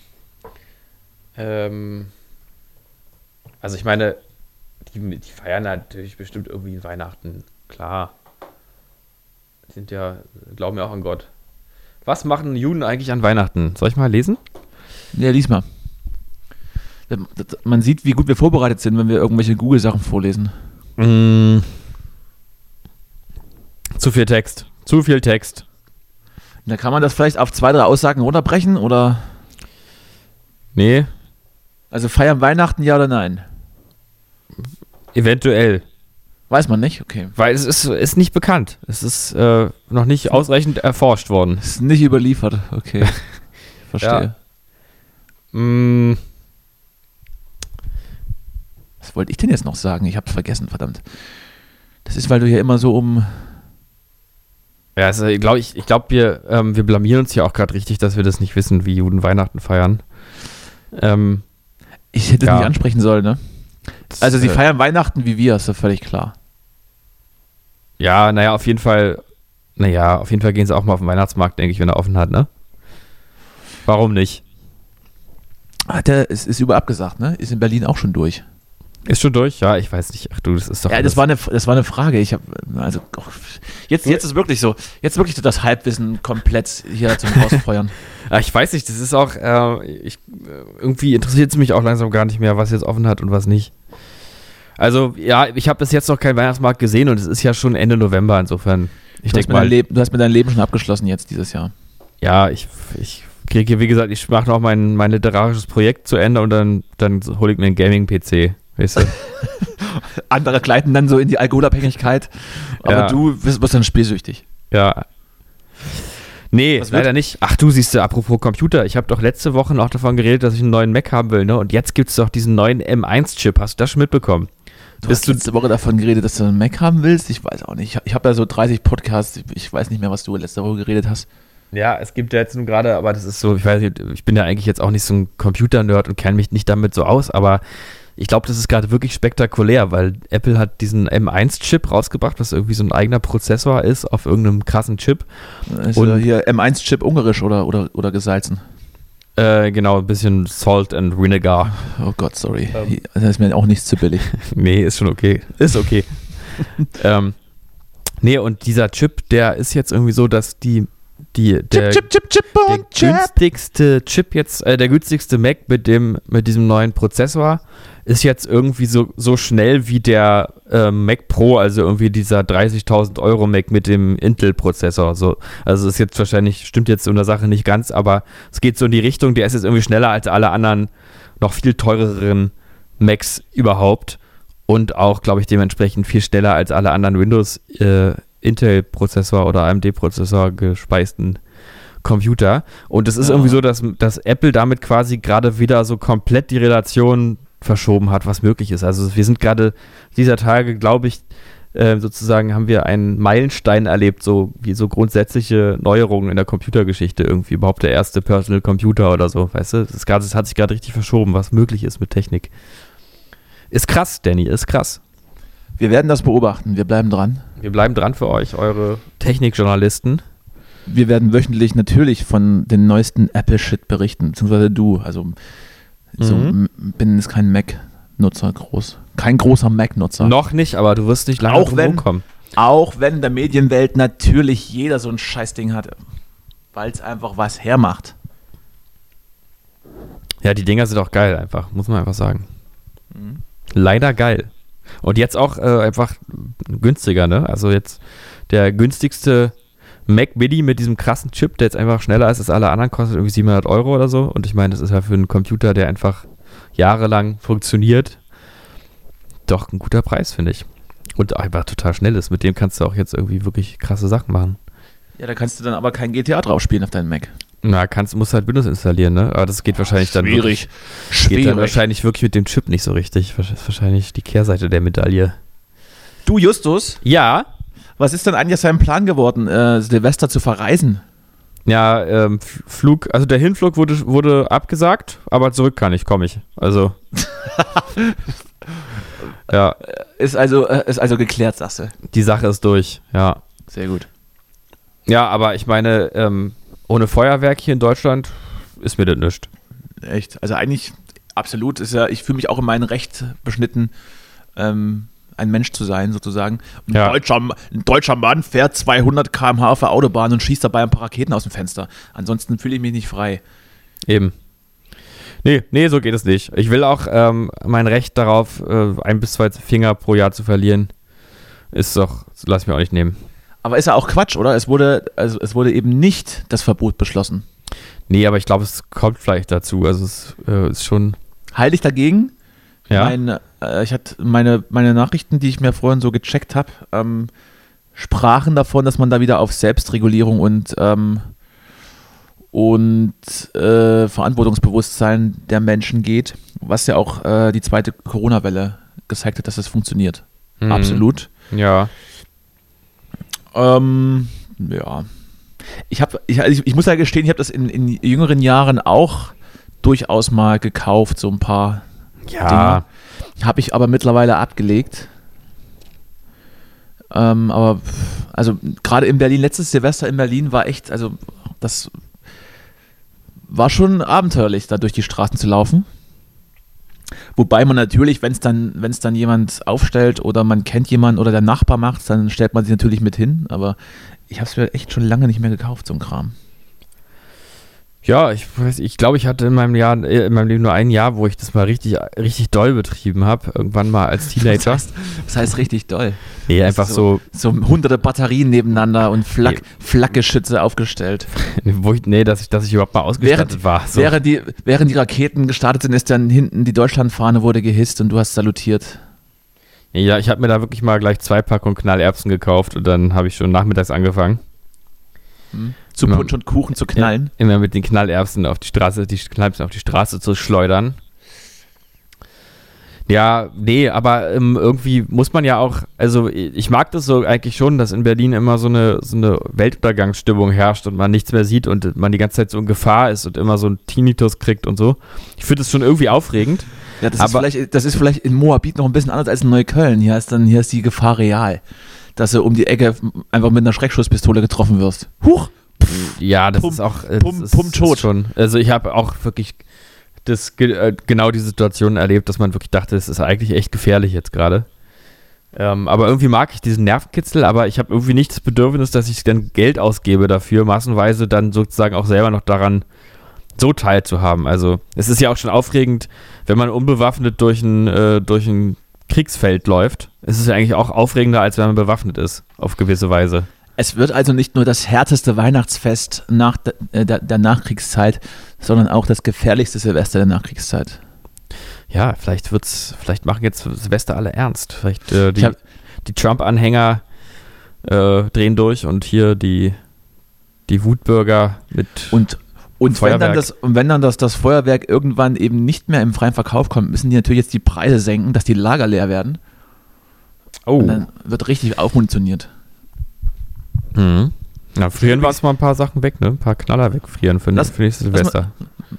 Speaker 4: Ähm, also ich meine, die, die feiern natürlich bestimmt irgendwie Weihnachten, klar. Die sind ja, glauben ja auch an Gott. Was machen Juden eigentlich an Weihnachten? Soll ich mal lesen?
Speaker 5: Ja, lies mal. Das- Man sieht, wie gut wir vorbereitet sind, wenn wir irgendwelche Google-Sachen vorlesen.
Speaker 4: Zu viel Text. Zu viel Text.
Speaker 5: Da kann man das vielleicht auf zwei, drei Aussagen runterbrechen oder.
Speaker 4: Nee,
Speaker 5: Also feiern Weihnachten ja oder nein?
Speaker 4: eventuell.
Speaker 5: Weiß man nicht, okay.
Speaker 4: Weil es ist, ist nicht bekannt. Es ist äh, noch nicht ausreichend erforscht worden.
Speaker 5: Ist nicht überliefert,
Speaker 4: [LAUGHS]
Speaker 5: okay. Verstehe.
Speaker 4: Mm,
Speaker 5: Was wollte ich denn jetzt noch sagen? Ich hab's vergessen, verdammt. Das ist, weil du hier immer so um.
Speaker 4: Ja, also, ich glaube, ich, ich glaub, wir, ähm, wir blamieren uns hier auch gerade richtig, dass wir das nicht wissen, wie Juden Weihnachten feiern. Ähm,
Speaker 5: Ich hätte
Speaker 4: Ja.
Speaker 5: das nicht ansprechen sollen, ne?
Speaker 4: das,
Speaker 5: Also, sie
Speaker 4: äh,
Speaker 5: feiern Weihnachten wie wir, ist ja völlig klar.
Speaker 4: Ja, naja, auf jeden Fall. Naja, auf jeden Fall gehen sie auch mal auf den Weihnachtsmarkt, denke ich, wenn er offen hat, ne? Warum nicht?
Speaker 5: Hat er, es ist über abgesagt, ne? Ist in Berlin auch schon durch.
Speaker 4: Ist schon durch? Ja, ich weiß nicht. Ach du, das ist doch.
Speaker 5: Ja,
Speaker 4: alles-
Speaker 5: das war eine, das war eine Frage. Ich habe also oh, jetzt, jetzt ist wirklich so, jetzt wirklich das Halbwissen komplett hier zum Rausfeuern.
Speaker 4: Ah, [LAUGHS] ich weiß nicht, das ist auch. Äh, ich, äh, irgendwie interessiert es mich auch langsam gar nicht mehr, was jetzt offen hat und was nicht. Also, ja, ich habe bis jetzt noch keinen Weihnachtsmarkt gesehen und es ist ja schon Ende November, insofern. Ich denke
Speaker 5: Du hast, mit deinem
Speaker 4: mal,
Speaker 5: Leben, du hast mit deinem Leben schon abgeschlossen jetzt dieses Jahr.
Speaker 4: ja, ich, ich kriege hier, wie gesagt, ich mache noch mein, mein literarisches Projekt zu Ende und dann, dann hole ich mir einen Gaming-PC.
Speaker 5: [LAUGHS]
Speaker 4: Weißt du?
Speaker 5: Andere gleiten dann so in die Alkoholabhängigkeit, aber
Speaker 4: Ja.
Speaker 5: du wirst, wirst dann spielsüchtig.
Speaker 4: Ja. Nee,
Speaker 5: Was wird?
Speaker 4: leider nicht. Ach du siehst du, apropos Computer, ich habe doch letzte Woche noch davon geredet, dass ich einen neuen Mac haben will, ne? Und jetzt gibt es doch diesen neuen M1-Chip. Hast du das schon mitbekommen?
Speaker 5: Du
Speaker 4: Bist
Speaker 5: hast
Speaker 4: du-
Speaker 5: letzte Woche davon geredet, dass du einen Mac haben willst? Ich weiß auch nicht. Ich, ich habe ja so 30 Podcasts. Ich weiß nicht mehr, was du letzte Woche geredet hast.
Speaker 4: Ja, es gibt ja jetzt nun gerade, aber das ist so, ich weiß nicht, ich bin ja eigentlich jetzt auch nicht so ein Computer-Nerd und kenne mich nicht damit so aus, aber ich glaube, das ist gerade wirklich spektakulär, weil Apple hat diesen M1-Chip rausgebracht, was irgendwie so ein eigener Prozessor ist auf irgendeinem krassen Chip.
Speaker 5: Ist
Speaker 4: Und-
Speaker 5: Und hier M1-Chip ungarisch oder, oder, oder gesalzen.
Speaker 4: Äh, genau, ein bisschen Salt and Vinegar.
Speaker 5: Oh Gott, sorry.
Speaker 4: Ähm.
Speaker 5: Das ist mir auch nichts zu billig.
Speaker 4: Nee, ist schon okay. Ist
Speaker 5: [LAUGHS]
Speaker 4: okay. ähm, nee, und dieser Chip, der ist jetzt irgendwie so, dass die, die der,
Speaker 5: chip, chip,
Speaker 4: der günstigste Chip jetzt, äh, der günstigste Mac mit dem, mit diesem neuen Prozessor ist jetzt irgendwie so, so schnell wie der äh, Mac Pro, also irgendwie dieser 30.000 Euro Mac mit dem Intel-Prozessor. So. Also ist jetzt wahrscheinlich, stimmt jetzt in der Sache nicht ganz, aber es geht so in die Richtung, der ist jetzt irgendwie schneller als alle anderen noch viel teureren Macs überhaupt und auch, glaube ich, dementsprechend viel schneller als alle anderen Windows äh, Intel-Prozessor oder AMD-Prozessor gespeisten Computer. Und es ist irgendwie so, dass, dass Apple damit quasi gerade wieder so komplett die Relation verschoben hat, was möglich ist. Also wir sind gerade dieser Tage, glaube ich, äh, sozusagen haben wir einen Meilenstein erlebt, so wie so grundsätzliche Neuerungen in der Computergeschichte irgendwie. Überhaupt der erste Personal Computer oder so, weißt du? Es ist gerade- es hat sich gerade richtig verschoben, was möglich ist mit Technik. Ist krass, Danny, ist krass.
Speaker 5: Wir werden das beobachten. Wir bleiben dran.
Speaker 4: Wir bleiben dran für euch, eure Technikjournalisten.
Speaker 5: Wir werden wöchentlich natürlich von den neuesten Apple-Shit berichten, beziehungsweise du. Also so,
Speaker 4: Mhm.
Speaker 5: m- bin jetzt kein Mac-Nutzer groß. Kein großer Mac-Nutzer.
Speaker 4: Noch nicht, aber du wirst nicht lange
Speaker 5: Auch
Speaker 4: drum
Speaker 5: wenn-
Speaker 4: rumkommen.
Speaker 5: Auch wenn in der Medienwelt natürlich jeder so ein Scheißding hat, weil es einfach was hermacht.
Speaker 4: Ja, die Dinger sind auch geil einfach, muss man einfach sagen. Mhm. Leider geil. Und jetzt auch äh, einfach günstiger, ne? Also jetzt der günstigste Mac Mini mit diesem krassen Chip, der jetzt einfach schneller ist als alle anderen, kostet irgendwie 700 Euro oder so. Und ich meine, das ist ja für einen Computer, der einfach jahrelang funktioniert, doch ein guter Preis, finde ich. Und einfach total schnell ist. Mit dem kannst du auch jetzt irgendwie wirklich krasse Sachen machen.
Speaker 5: Ja, da kannst du dann aber kein GTA drauf spielen auf deinem Mac.
Speaker 4: Na, kannst, musst halt Windows installieren, ne? Aber das geht wahrscheinlich dann wirklich- Geht dann
Speaker 5: Schwierig.
Speaker 4: wahrscheinlich wirklich mit dem Chip nicht so richtig. Das ist wahrscheinlich die Kehrseite der Medaille.
Speaker 5: Du, Justus,
Speaker 4: Ja.
Speaker 5: was ist denn eigentlich aus deinem Plan geworden, äh, Silvester zu verreisen?
Speaker 4: Ja, ähm, F- Flug, also der Hinflug wurde, wurde abgesagt, aber zurück kann ich, komme ich. [LAUGHS] Also. ja,
Speaker 5: Ist also, äh, ist also geklärt, sagst du.
Speaker 4: die Sache ist durch, ja.
Speaker 5: Sehr gut.
Speaker 4: Ja, aber ich meine, ähm, ohne Feuerwerk hier in Deutschland ist mir das nichts.
Speaker 5: Echt. Also eigentlich absolut ist ja, ich fühle mich auch in meinem Recht beschnitten, ähm, ein Mensch zu sein, sozusagen. Ein,
Speaker 4: Ja.
Speaker 5: deutscher, ein deutscher Mann fährt 200 km/h auf der Autobahn und schießt dabei ein paar Raketen aus dem Fenster. Ansonsten fühle ich mich nicht frei.
Speaker 4: Eben. Nee, nee, so geht es nicht. Ich will auch ähm, mein Recht darauf, äh, ein bis zwei Finger pro Jahr zu verlieren, ist doch, lass ich mir auch nicht nehmen.
Speaker 5: Aber ist ja auch Quatsch, oder? Es wurde, also es wurde eben nicht das Verbot beschlossen.
Speaker 4: Nee, aber ich glaube, es kommt vielleicht dazu. Also es äh, ist schon.
Speaker 5: Halte ich dagegen?
Speaker 4: Ja.
Speaker 5: Mein, äh, ich hatte meine, meine Nachrichten, die ich mir vorhin so gecheckt habe, ähm, sprachen davon, dass man da wieder auf Selbstregulierung und, ähm, und äh, Verantwortungsbewusstsein der Menschen geht, was ja auch äh, die zweite Corona-Welle gezeigt hat, dass das funktioniert.
Speaker 4: Mhm.
Speaker 5: Absolut.
Speaker 4: Ja.
Speaker 5: Ähm, ja. Ich, hab, ich, also ich, ich muss ja gestehen, ich habe das in, in jüngeren Jahren auch durchaus mal gekauft, so ein paar
Speaker 4: Ja.
Speaker 5: Habe ich aber mittlerweile abgelegt. Ähm, aber pff, also gerade in Berlin, letztes Silvester in Berlin war echt, also das war schon abenteuerlich, da durch die Straßen zu laufen. Wobei man natürlich, wenn es dann, wenn es dann jemand aufstellt oder man kennt jemanden oder der Nachbar macht, dann stellt man sich natürlich mit hin. Aber ich habe es mir echt schon lange nicht mehr gekauft, so ein Kram.
Speaker 4: Ja, ich weiß, ich glaube, ich hatte in meinem Jahr, äh, in meinem Leben nur ein Jahr, wo ich das mal richtig, richtig doll betrieben habe. Irgendwann mal als
Speaker 5: Das
Speaker 4: Teenager.
Speaker 5: heißt, das heißt richtig doll.
Speaker 4: Nee, einfach so, [LAUGHS]
Speaker 5: so. hunderte Batterien nebeneinander und Flak,
Speaker 4: Nee.
Speaker 5: Flakgeschütze aufgestellt.
Speaker 4: wo ich, nee, dass ich, dass ich überhaupt mal ausgestattet
Speaker 5: Während,
Speaker 4: war. So.
Speaker 5: während, die, während die Raketen gestartet sind, ist dann hinten die Deutschlandfahne wurde gehisst und du hast salutiert.
Speaker 4: Ja, ich habe mir da wirklich mal gleich zwei Packungen Knallerbsen gekauft und dann habe ich schon nachmittags angefangen.
Speaker 5: Zu
Speaker 4: Genau. Ja.
Speaker 5: Punsch und Kuchen zu knallen.
Speaker 4: Immer mit den Knallerbsen auf die Straße, die Knallerbsen auf die Straße zu schleudern. Ja, nee, aber ähm, irgendwie muss man ja auch, also ich mag das so eigentlich schon, dass in Berlin immer so eine, so eine Weltuntergangsstimmung herrscht und man nichts mehr sieht und man die ganze Zeit so in Gefahr ist und immer so einen Tinnitus kriegt und so. Ich finde das schon irgendwie aufregend.
Speaker 5: Ja, das,
Speaker 4: Aber-
Speaker 5: ist vielleicht, das ist vielleicht in Moabit noch ein bisschen anders als in Neukölln. Hier ist, dann, hier ist die Gefahr real, dass du um die Ecke einfach mit einer Schreckschusspistole getroffen wirst. Huch!
Speaker 4: Ja, das
Speaker 5: Pump-
Speaker 4: ist auch äh,
Speaker 5: Pump-
Speaker 4: das
Speaker 5: Pump
Speaker 4: ist,
Speaker 5: tot.
Speaker 4: ist schon. Also ich habe auch wirklich das ge äh, genau die Situation erlebt, dass man wirklich dachte, es ist eigentlich echt gefährlich jetzt gerade. Ähm, aber irgendwie mag ich diesen Nervenkitzel, aber ich habe irgendwie nicht das Bedürfnis, dass ich dann Geld ausgebe dafür, massenweise dann sozusagen auch selber noch daran so teilzuhaben. Also es ist ja auch schon aufregend, wenn man unbewaffnet durch ein, äh, durch ein Kriegsfeld läuft. Es ist ja eigentlich auch aufregender, als wenn man bewaffnet ist, auf gewisse Weise.
Speaker 5: Es wird also nicht nur das härteste Weihnachtsfest nach de, äh, der, der Nachkriegszeit, sondern auch das gefährlichste Silvester der Nachkriegszeit.
Speaker 4: Ja, vielleicht wird's, vielleicht machen jetzt Silvester alle ernst. Vielleicht äh,
Speaker 5: Ich
Speaker 4: die,
Speaker 5: hab-
Speaker 4: die Trump-Anhänger äh, drehen durch und hier die, die Wutbürger mit.
Speaker 5: Und, und wenn dann,
Speaker 4: Feuerwerk.
Speaker 5: das, und wenn dann das, das Feuerwerk irgendwann eben nicht mehr im freien Verkauf kommt, müssen die natürlich jetzt die Preise senken, dass die Lager leer werden.
Speaker 4: oh.
Speaker 5: Und dann wird richtig aufmunitioniert.
Speaker 4: Mhm. Na, frieren wir uns mal ein paar Sachen weg, ne? Ein paar Knaller wegfrieren für,
Speaker 5: Lass-
Speaker 4: für nächstes
Speaker 5: lass mal-
Speaker 4: Silvester.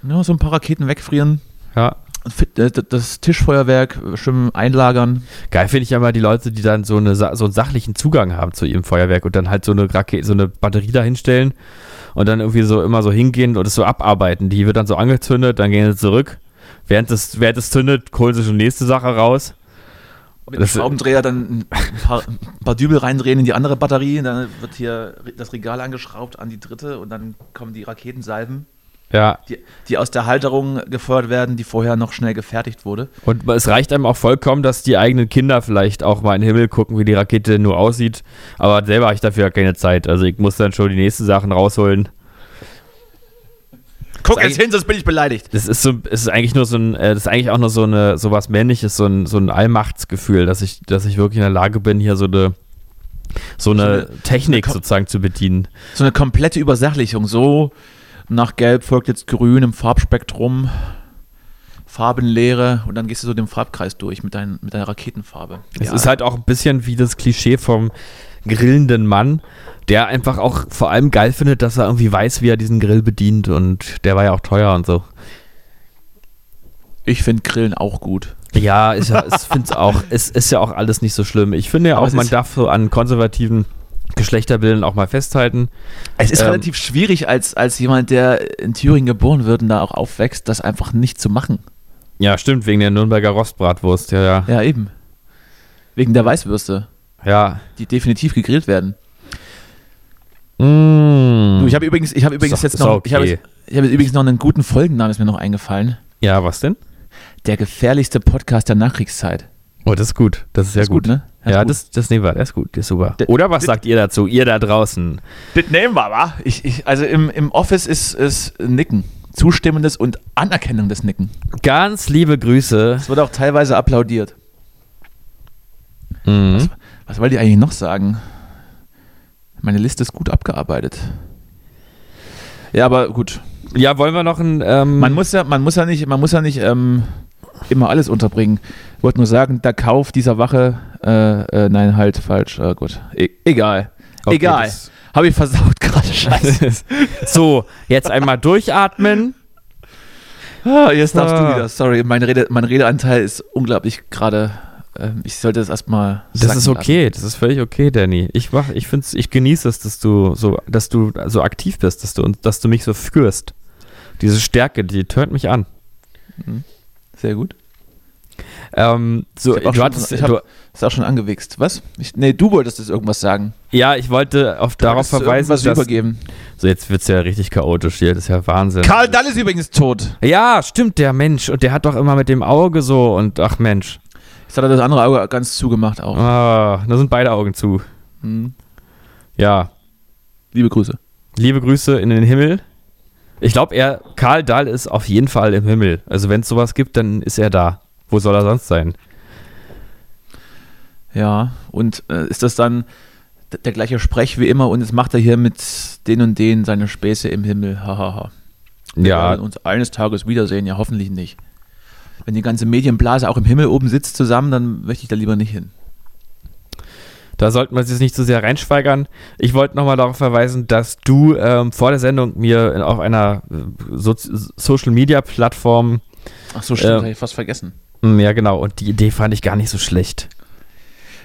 Speaker 5: Ja, so ein paar Raketen wegfrieren,
Speaker 4: Ja.
Speaker 5: fit- äh, das Tischfeuerwerk schön einlagern.
Speaker 4: Geil finde ich ja mal die Leute, die dann so, eine, Sa- so einen sachlichen Zugang haben zu ihrem Feuerwerk und dann halt so eine, Rake so eine Batterie da hinstellen und dann irgendwie so immer so hingehen und es so abarbeiten. Die wird dann so angezündet, dann gehen sie zurück. Während es, während es zündet, holen sie schon die nächste Sache raus.
Speaker 5: Mit dem
Speaker 4: Das-
Speaker 5: Schraubendreher dann ein paar, ein paar Dübel reindrehen in die andere Batterie, dann wird hier das Regal angeschraubt an die dritte und dann kommen die Raketensalven,
Speaker 4: Ja,
Speaker 5: die, die aus der Halterung gefeuert werden, die vorher noch schnell gefertigt wurde.
Speaker 4: und es reicht einem auch vollkommen, dass die eigenen Kinder vielleicht auch mal in den Himmel gucken, wie die Rakete denn nur aussieht. Aber selber habe ich dafür ja keine Zeit. Also ich muss dann schon die nächsten Sachen rausholen.
Speaker 5: Guck
Speaker 4: jetzt
Speaker 5: hin, sonst bin ich beleidigt.
Speaker 4: Das ist so, es ist eigentlich nur so ein, äh, das ist eigentlich auch nur so eine, so was Männliches, so ein, so ein Allmachtsgefühl, dass ich, dass ich wirklich in der Lage bin, hier so eine, so eine
Speaker 5: eine-
Speaker 4: Technik
Speaker 5: eine Ko-
Speaker 4: sozusagen zu bedienen.
Speaker 5: So eine komplette Übersachlichung. So nach Gelb folgt jetzt Grün im Farbspektrum, Farbenlehre und dann gehst du so den Farbkreis durch mit, dein, mit deiner Raketenfarbe.
Speaker 4: Es ist halt auch ein bisschen wie das Klischee vom grillenden Mann, der einfach auch vor allem geil findet, dass er irgendwie weiß, wie er diesen Grill bedient und der war ja auch teuer und so.
Speaker 5: ich finde Grillen auch gut.
Speaker 4: Ja, ich, ich finde es auch, es ist ja auch alles nicht so schlimm. Ich finde ja
Speaker 5: Aber
Speaker 4: auch,
Speaker 5: es
Speaker 4: man
Speaker 5: ist-
Speaker 4: darf so an konservativen Geschlechterbildern auch mal festhalten.
Speaker 5: Es ist
Speaker 4: Ähm,
Speaker 5: relativ schwierig, als, als jemand, der in Thüringen geboren wird und da auch aufwächst, das einfach nicht zu machen.
Speaker 4: Ja, stimmt, wegen der Nürnberger Rostbratwurst, ja, ja.
Speaker 5: Ja, eben. Wegen der Weißwürste,
Speaker 4: Ja.
Speaker 5: die definitiv gegrillt werden. Du,
Speaker 4: Mm.
Speaker 5: ich habe übrigens, ich habe übrigens
Speaker 4: doch-
Speaker 5: jetzt
Speaker 4: ist
Speaker 5: noch,
Speaker 4: doch
Speaker 5: ich habe
Speaker 4: okay.
Speaker 5: jetzt, ich habe jetzt übrigens noch einen guten Folgennamen, ist mir noch eingefallen.
Speaker 4: Ja, was denn?
Speaker 5: Der gefährlichste Podcast der Nachkriegszeit.
Speaker 4: Oh, das ist gut. Das ist sehr
Speaker 5: Ist
Speaker 4: gut.
Speaker 5: gut, ne?
Speaker 4: Ja,
Speaker 5: Ist gut.
Speaker 4: Das, das nehmen wir. Das ist gut. Das ist super.
Speaker 5: Der-
Speaker 4: Oder was
Speaker 5: der-
Speaker 4: sagt ihr dazu, ihr da draußen?
Speaker 5: Das nehmen wir, wa? Ich, ich, also im, im Office ist es Nicken. Zustimmendes und anerkennendes Nicken.
Speaker 4: Ganz liebe Grüße.
Speaker 5: Es wird auch teilweise applaudiert.
Speaker 4: Mhm.
Speaker 5: Was wollt ihr eigentlich noch sagen? Meine Liste ist gut abgearbeitet. Ja, aber gut.
Speaker 4: Ja, wollen wir noch ein. Ähm, [LAUGHS]
Speaker 5: Man muss ja, man muss ja nicht, man muss ja nicht ähm, immer alles unterbringen. Ich wollte nur sagen, der Kauf dieser Wache, äh, äh, nein, halt, falsch, äh, gut. E egal.
Speaker 4: Okay,
Speaker 5: egal.
Speaker 4: das-
Speaker 5: Habe ich versaut [LAUGHS] gerade, scheiße.
Speaker 4: so, jetzt einmal durchatmen.
Speaker 5: Ah, jetzt darfst du
Speaker 4: Ah.
Speaker 5: wieder, sorry. Mein, Rede, mein Redeanteil ist unglaublich gerade. ähm, ich sollte das erstmal.
Speaker 4: Das ist okay, das ist völlig okay, Danny. Ich mach, ich find's, ich genieße es, dass du so, dass du so aktiv bist, dass du uns, dass du mich so führst. Diese Stärke, die tönt mich an.
Speaker 5: Sehr gut.
Speaker 4: Ähm, so,
Speaker 5: Ich hab auch
Speaker 4: du
Speaker 5: schon-
Speaker 4: hattest,
Speaker 5: ich hab-
Speaker 4: du,
Speaker 5: Ist auch schon angewichst. Was? Ich, nee, du wolltest jetzt irgendwas sagen.
Speaker 4: ja, ich wollte auf, darauf
Speaker 5: Wolltest du
Speaker 4: verweisen,
Speaker 5: irgendwas
Speaker 4: dass,
Speaker 5: übergeben.
Speaker 4: so jetzt wird's ja richtig chaotisch hier, das ist ja Wahnsinn.
Speaker 5: Karl Dall ist übrigens tot.
Speaker 4: ja, stimmt, der Mensch, und der hat doch immer mit dem Auge so, und ach Mensch,
Speaker 5: Jetzt hat er das andere Auge ganz zugemacht auch.
Speaker 4: ah, da sind beide Augen zu.
Speaker 5: Mhm.
Speaker 4: Ja,
Speaker 5: Liebe Grüße.
Speaker 4: liebe Grüße in den Himmel. Ich glaube, er, Karl Dahl ist auf jeden Fall im Himmel. Also wenn es sowas gibt, dann ist er da. Wo soll er sonst sein?
Speaker 5: Ja, und äh, ist das dann d- der gleiche Sprech wie immer und jetzt macht er hier mit den und den seine Späße im Himmel. Hahaha. Wir werden uns eines Tages wiedersehen, ja hoffentlich nicht. Wenn die ganze Medienblase auch im Himmel oben sitzt zusammen, dann möchte ich da lieber nicht hin.
Speaker 4: Da sollten wir uns jetzt nicht so sehr reinschweigern. Ich wollte nochmal darauf verweisen, dass du ähm, vor der Sendung mir in, auf einer äh, so Social Media Plattform,
Speaker 5: Ach so, stimmt,
Speaker 4: Äh,
Speaker 5: das habe ich fast vergessen.
Speaker 4: Mm, ja genau, und die Idee fand ich gar nicht so schlecht.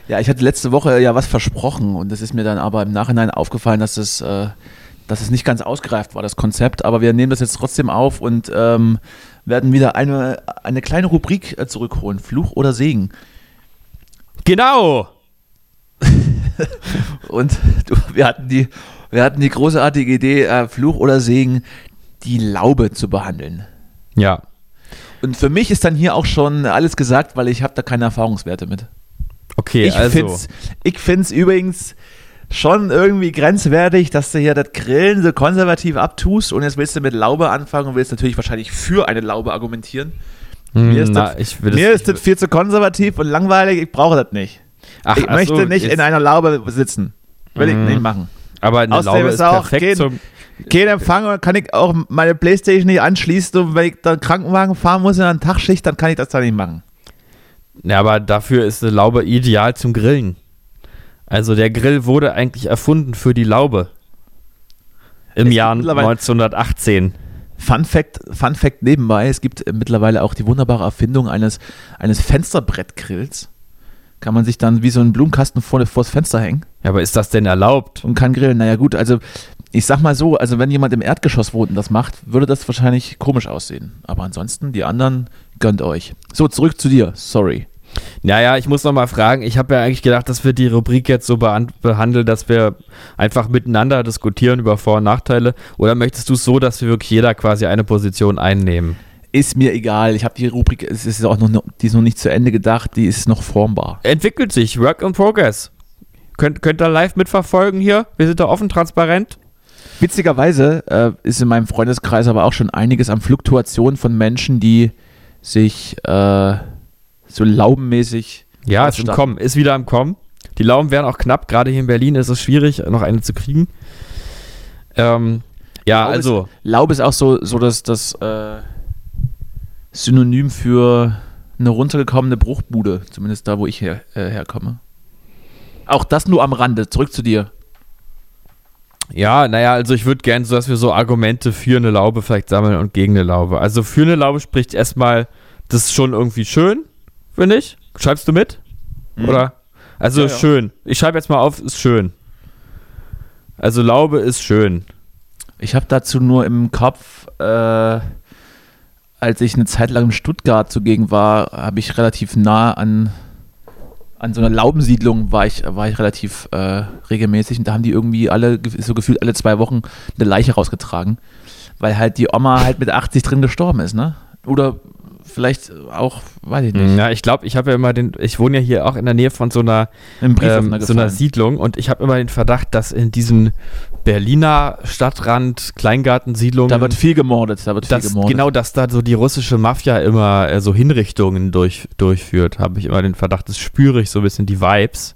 Speaker 5: Ja, ich hatte letzte Woche ja was versprochen und es ist mir dann aber im Nachhinein aufgefallen, dass es, äh, dass es nicht ganz ausgereift war, das Konzept. Aber wir nehmen das jetzt trotzdem auf und ähm, werden wieder eine, eine kleine Rubrik äh, zurückholen. Fluch oder Segen.
Speaker 4: Genau!
Speaker 5: Und du, wir, hatten die, wir hatten die großartige Idee, äh, Fluch oder Segen, die Laube zu behandeln.
Speaker 4: Ja,
Speaker 5: Und für mich ist dann hier auch schon alles gesagt, weil ich habe da keine Erfahrungswerte mit.
Speaker 4: okay,
Speaker 5: ich
Speaker 4: also.
Speaker 5: find's, ich find's übrigens schon irgendwie grenzwertig, dass du hier das Grillen so konservativ abtust und jetzt willst du mit Laube anfangen und willst natürlich wahrscheinlich für eine Laube argumentieren.
Speaker 4: Mm,
Speaker 5: Mir ist
Speaker 4: na,
Speaker 5: das,
Speaker 4: ich will
Speaker 5: mir
Speaker 4: das,
Speaker 5: ist das viel zu konservativ und langweilig, ich brauche das nicht.
Speaker 4: ach,
Speaker 5: ich
Speaker 4: ach
Speaker 5: möchte
Speaker 4: so,
Speaker 5: nicht
Speaker 4: jetzt-
Speaker 5: in einer Laube sitzen. Will ich
Speaker 4: Mm.
Speaker 5: nicht machen.
Speaker 4: Aber eine
Speaker 5: Außerdem
Speaker 4: Laube
Speaker 5: ist
Speaker 4: ist
Speaker 5: auch
Speaker 4: perfekt
Speaker 5: kein-
Speaker 4: zum.
Speaker 5: Kein Empfang und kann ich auch meine Playstation nicht anschließen und wenn ich dann Krankenwagen fahren muss in einer Tagschicht, dann kann ich das da nicht machen.
Speaker 4: Ja, aber dafür ist eine Laube ideal zum Grillen. Also der Grill wurde eigentlich erfunden für die Laube. Im
Speaker 5: Es
Speaker 4: Jahr
Speaker 5: gibt mittlerweile-
Speaker 4: 1918.
Speaker 5: Fun Fact, Fun Fact nebenbei, es gibt äh, mittlerweile auch die wunderbare Erfindung eines, eines Fensterbrettgrills. Kann man sich dann wie so einen Blumenkasten vor, vor das Fenster hängen
Speaker 4: Ja, aber ist das denn erlaubt?
Speaker 5: und kann grillen. Naja gut, also ich sag mal so, also wenn jemand im Erdgeschoss wohnt und das macht, würde das wahrscheinlich komisch aussehen. Aber ansonsten, die anderen, gönnt euch. So, zurück zu dir. Sorry.
Speaker 4: Naja, ich muss nochmal fragen. Ich habe ja eigentlich gedacht, dass wir die Rubrik jetzt so behan- behandeln, dass wir einfach miteinander diskutieren über Vor- und Nachteile. Oder möchtest du es so, dass wir wirklich jeder quasi eine Position einnehmen?
Speaker 5: Ist mir egal. Ich habe die Rubrik, es ist auch noch, ne, die ist noch nicht zu Ende gedacht, die ist noch formbar.
Speaker 4: Entwickelt sich. Work in progress. Könnt, könnt ihr live mitverfolgen hier? Wir sind da offen, transparent.
Speaker 5: Witzigerweise äh, ist in meinem Freundeskreis aber auch schon einiges an Fluktuationen von Menschen, die sich äh, so laubenmäßig.
Speaker 4: Ja, ist im
Speaker 5: ausstatten.
Speaker 4: Kommen, ist wieder im Kommen. Die Lauben wären auch knapp, gerade hier in Berlin ist es schwierig, noch eine zu kriegen. Ähm, ja,
Speaker 5: Laub
Speaker 4: also,
Speaker 5: Ist, Laub ist auch so, so das, das äh, Synonym für eine runtergekommene Bruchbude, zumindest da, wo ich her, äh, herkomme. Auch das nur am Rande. Zurück zu dir.
Speaker 4: ja, naja, also ich würde gerne so, dass wir so Argumente für eine Laube vielleicht sammeln und gegen eine Laube. Also für eine Laube spricht erstmal, das ist schon irgendwie schön, finde ich. Schreibst du mit? Oder? Also
Speaker 5: Mhm. Ja, ja.
Speaker 4: schön. Ich schreibe jetzt mal auf, ist schön. Also Laube ist schön.
Speaker 5: Ich habe dazu nur im Kopf, äh, als ich eine Zeit lang in Stuttgart zugegen war, habe ich relativ nah an, an so einer Laubensiedlung war ich, war ich relativ äh, regelmäßig und da haben die irgendwie alle, gef- so gefühlt alle zwei Wochen eine Leiche rausgetragen, weil halt die Oma halt mit 80 drin gestorben ist, ne? Oder vielleicht auch, weiß ich nicht,
Speaker 4: Ja, ich glaube, ich habe ja immer den, ich wohne ja hier auch in der Nähe von so einer
Speaker 5: im Brief
Speaker 4: ähm, so einer
Speaker 5: gefallen.
Speaker 4: Siedlung und ich habe immer den Verdacht, dass in diesen Berliner Stadtrand Kleingartensiedlungen
Speaker 5: Da wird viel gemordet, da wird viel
Speaker 4: dass,
Speaker 5: gemordet.
Speaker 4: genau, dass da so die russische Mafia immer äh, so Hinrichtungen durch, durchführt, habe ich immer den Verdacht, das spüre ich so ein bisschen die Vibes.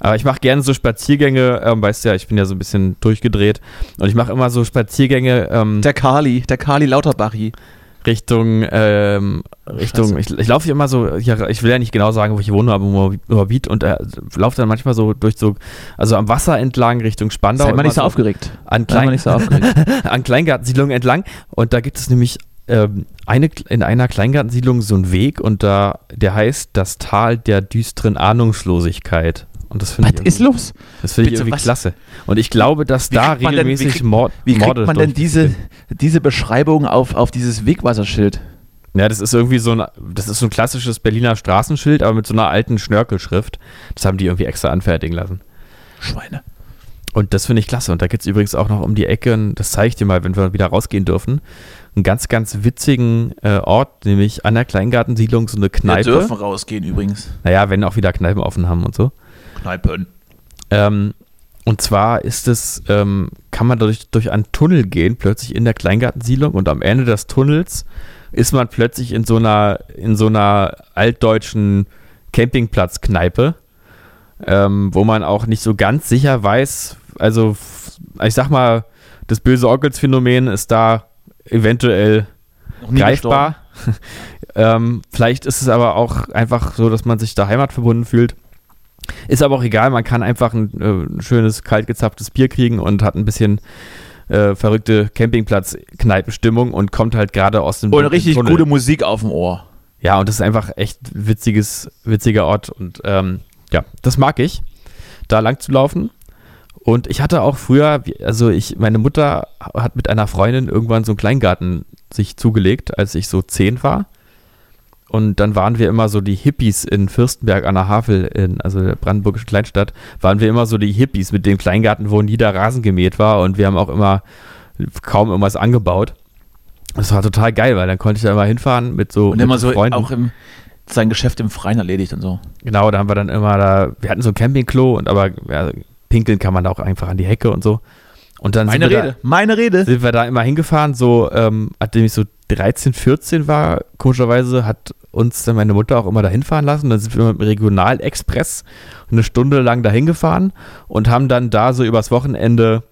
Speaker 4: Aber ich mache gerne so Spaziergänge, ähm, weißt ja, ich bin ja so ein bisschen durchgedreht und ich mache immer so Spaziergänge ähm,
Speaker 5: Der Kali, der Kali Lauterbachi.
Speaker 4: Richtung, ähm, Richtung, ich, ich laufe hier immer so, hier, ich will ja nicht genau sagen, wo ich wohne, aber Moabit- Moabit und äh, laufe dann manchmal so durch so, also am Wasser entlang Richtung Spandau.
Speaker 5: Sei mal nicht so
Speaker 4: immer
Speaker 5: aufgeregt.
Speaker 4: An,
Speaker 5: Sei mal
Speaker 4: Klein,
Speaker 5: nicht so aufgeregt.
Speaker 4: [LAUGHS] an Kleingartensiedlungen entlang und da gibt es nämlich ähm, eine, in einer Kleingartensiedlung so einen Weg und da, der heißt das Tal der düsteren Ahnungslosigkeit. Und das finde
Speaker 5: Was
Speaker 4: ich,
Speaker 5: ist
Speaker 4: irgendwie-
Speaker 5: los?
Speaker 4: das finde ich
Speaker 5: Bitte,
Speaker 4: irgendwie
Speaker 5: was?
Speaker 4: klasse. Und ich glaube, dass
Speaker 5: Wie
Speaker 4: da
Speaker 5: kriegt man denn- wie
Speaker 4: regelmäßig
Speaker 5: kriegt-
Speaker 4: Mord,
Speaker 5: Wie kriegt
Speaker 4: Morde
Speaker 5: man denn
Speaker 4: durch-
Speaker 5: diese, diese Beschreibung auf, auf dieses Wegwasserschild?
Speaker 4: Ja, das ist irgendwie so ein, das ist so ein klassisches Berliner Straßenschild, aber mit so einer alten Schnörkelschrift. Das haben die irgendwie extra anfertigen lassen.
Speaker 5: Schweine.
Speaker 4: Und das finde ich klasse. Und da gibt es übrigens auch noch um die Ecke, und das zeige ich dir mal, wenn wir wieder rausgehen dürfen, einen ganz, ganz witzigen äh, Ort, nämlich an der Kleingartensiedlung so eine
Speaker 5: Wir
Speaker 4: Kneipe.
Speaker 5: dürfen rausgehen übrigens.
Speaker 4: Naja, wenn auch wieder Kneipen offen haben und so.
Speaker 5: Kneipen.
Speaker 4: Ähm, und zwar ist es, ähm, kann man durch, durch einen Tunnel gehen, plötzlich in der Kleingartensiedlung und am Ende des Tunnels ist man plötzlich in so einer, in so einer altdeutschen Campingplatzkneipe, ähm, wo man auch nicht so ganz sicher weiß, also f- ich sag mal, das böse Onkelsphänomen ist da eventuell
Speaker 5: Noch nie
Speaker 4: greifbar. [LAUGHS] ähm, vielleicht ist es aber auch einfach so, dass man sich da heimatverbunden fühlt. Ist aber auch egal, man kann einfach ein, äh, ein schönes, kaltgezapftes Bier kriegen und hat ein bisschen äh, verrückte Campingplatz-Kneipenstimmung und kommt halt gerade aus dem
Speaker 5: Und richtig
Speaker 4: Tunnel.
Speaker 5: gute Musik auf dem Ohr.
Speaker 4: Ja, und das ist einfach echt witziges, witziger Ort. Und ähm, ja, das mag ich, da lang zu laufen. Und ich hatte auch früher, also ich, meine Mutter hat mit einer Freundin irgendwann so einen Kleingarten sich zugelegt, als ich so zehn war. Und dann waren wir immer so die Hippies in Fürstenberg an der Havel, in, also der brandenburgischen Kleinstadt, waren wir immer so die Hippies mit dem Kleingarten, wo nie der Rasen gemäht war. Und wir haben auch immer kaum irgendwas angebaut. Das war total geil, weil dann konnte ich da immer hinfahren mit so,
Speaker 5: Und
Speaker 4: mit
Speaker 5: immer so
Speaker 4: Freunden.
Speaker 5: auch im, sein Geschäft im Freien erledigt und so.
Speaker 4: Genau, da haben wir dann immer da, wir hatten so ein Campingklo und aber ja, pinkeln kann man da auch einfach an die Hecke und so. Und dann sind wir,
Speaker 5: meine
Speaker 4: Da,
Speaker 5: Rede.
Speaker 4: sind wir da immer hingefahren, so, ähm, nachdem ich so 13, 14 war, komischerweise hat uns dann meine Mutter auch immer dahin fahren lassen. Dann sind wir mit dem Regionalexpress eine Stunde lang dahin gefahren und haben dann da so übers Wochenende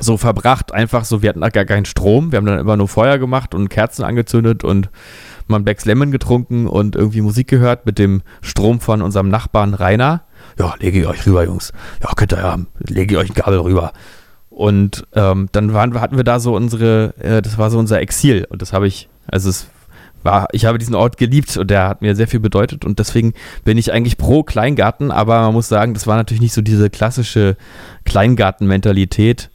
Speaker 4: so verbracht, einfach so, wir hatten da gar keinen Strom, wir haben dann immer nur Feuer gemacht und Kerzen angezündet und man Becks Lemon getrunken und irgendwie Musik gehört mit dem Strom von unserem Nachbarn Rainer. Ja, lege ich euch rüber, Jungs. Ja, könnt ihr haben. Lege ich euch ein Kabel rüber. Und ähm, dann waren, wir- hatten wir da so unsere, äh, das war so unser Exil. Und das habe ich, also es war, ich habe diesen Ort geliebt und der hat mir sehr viel bedeutet. Und deswegen bin ich eigentlich pro Kleingarten, aber man muss sagen, das war natürlich nicht so diese klassische Kleingarten-Mentalität.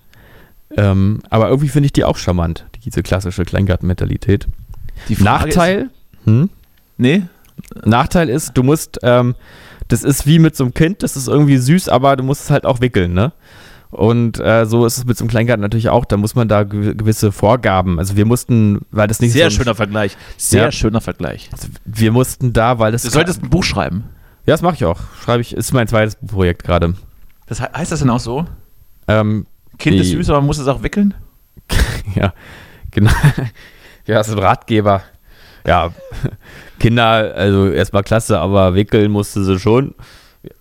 Speaker 4: Ähm, aber irgendwie finde ich die auch charmant, diese klassische Kleingarten-Mentalität.
Speaker 5: Die Frage
Speaker 4: Nachteil? Hm?
Speaker 5: Ist, nee,
Speaker 4: Nachteil ist, du musst, ähm, das ist wie mit so einem Kind, das ist irgendwie süß, aber du musst es halt auch wickeln, ne? Und äh, so ist es mit so einem Kleingarten natürlich auch. Da muss man da gew- gewisse Vorgaben. Also wir mussten, weil das nicht
Speaker 5: sehr
Speaker 4: so ein-
Speaker 5: schöner Vergleich. Sehr
Speaker 4: Ja.
Speaker 5: schöner Vergleich.
Speaker 4: Wir mussten da, weil das.
Speaker 5: Du solltest ein Buch schreiben.
Speaker 4: ja, das mache ich auch. Schreibe ich. Ist mein zweites Projekt gerade.
Speaker 5: Das he- heißt das denn auch so?
Speaker 4: Ähm,
Speaker 5: Kind ist
Speaker 4: Die-
Speaker 5: süß, aber man muss es auch wickeln?
Speaker 4: [LAUGHS] ja, genau. Ja, das ist ein Ratgeber. Ja, [LAUGHS] Kinder, also erstmal klasse, aber wickeln musste sie schon.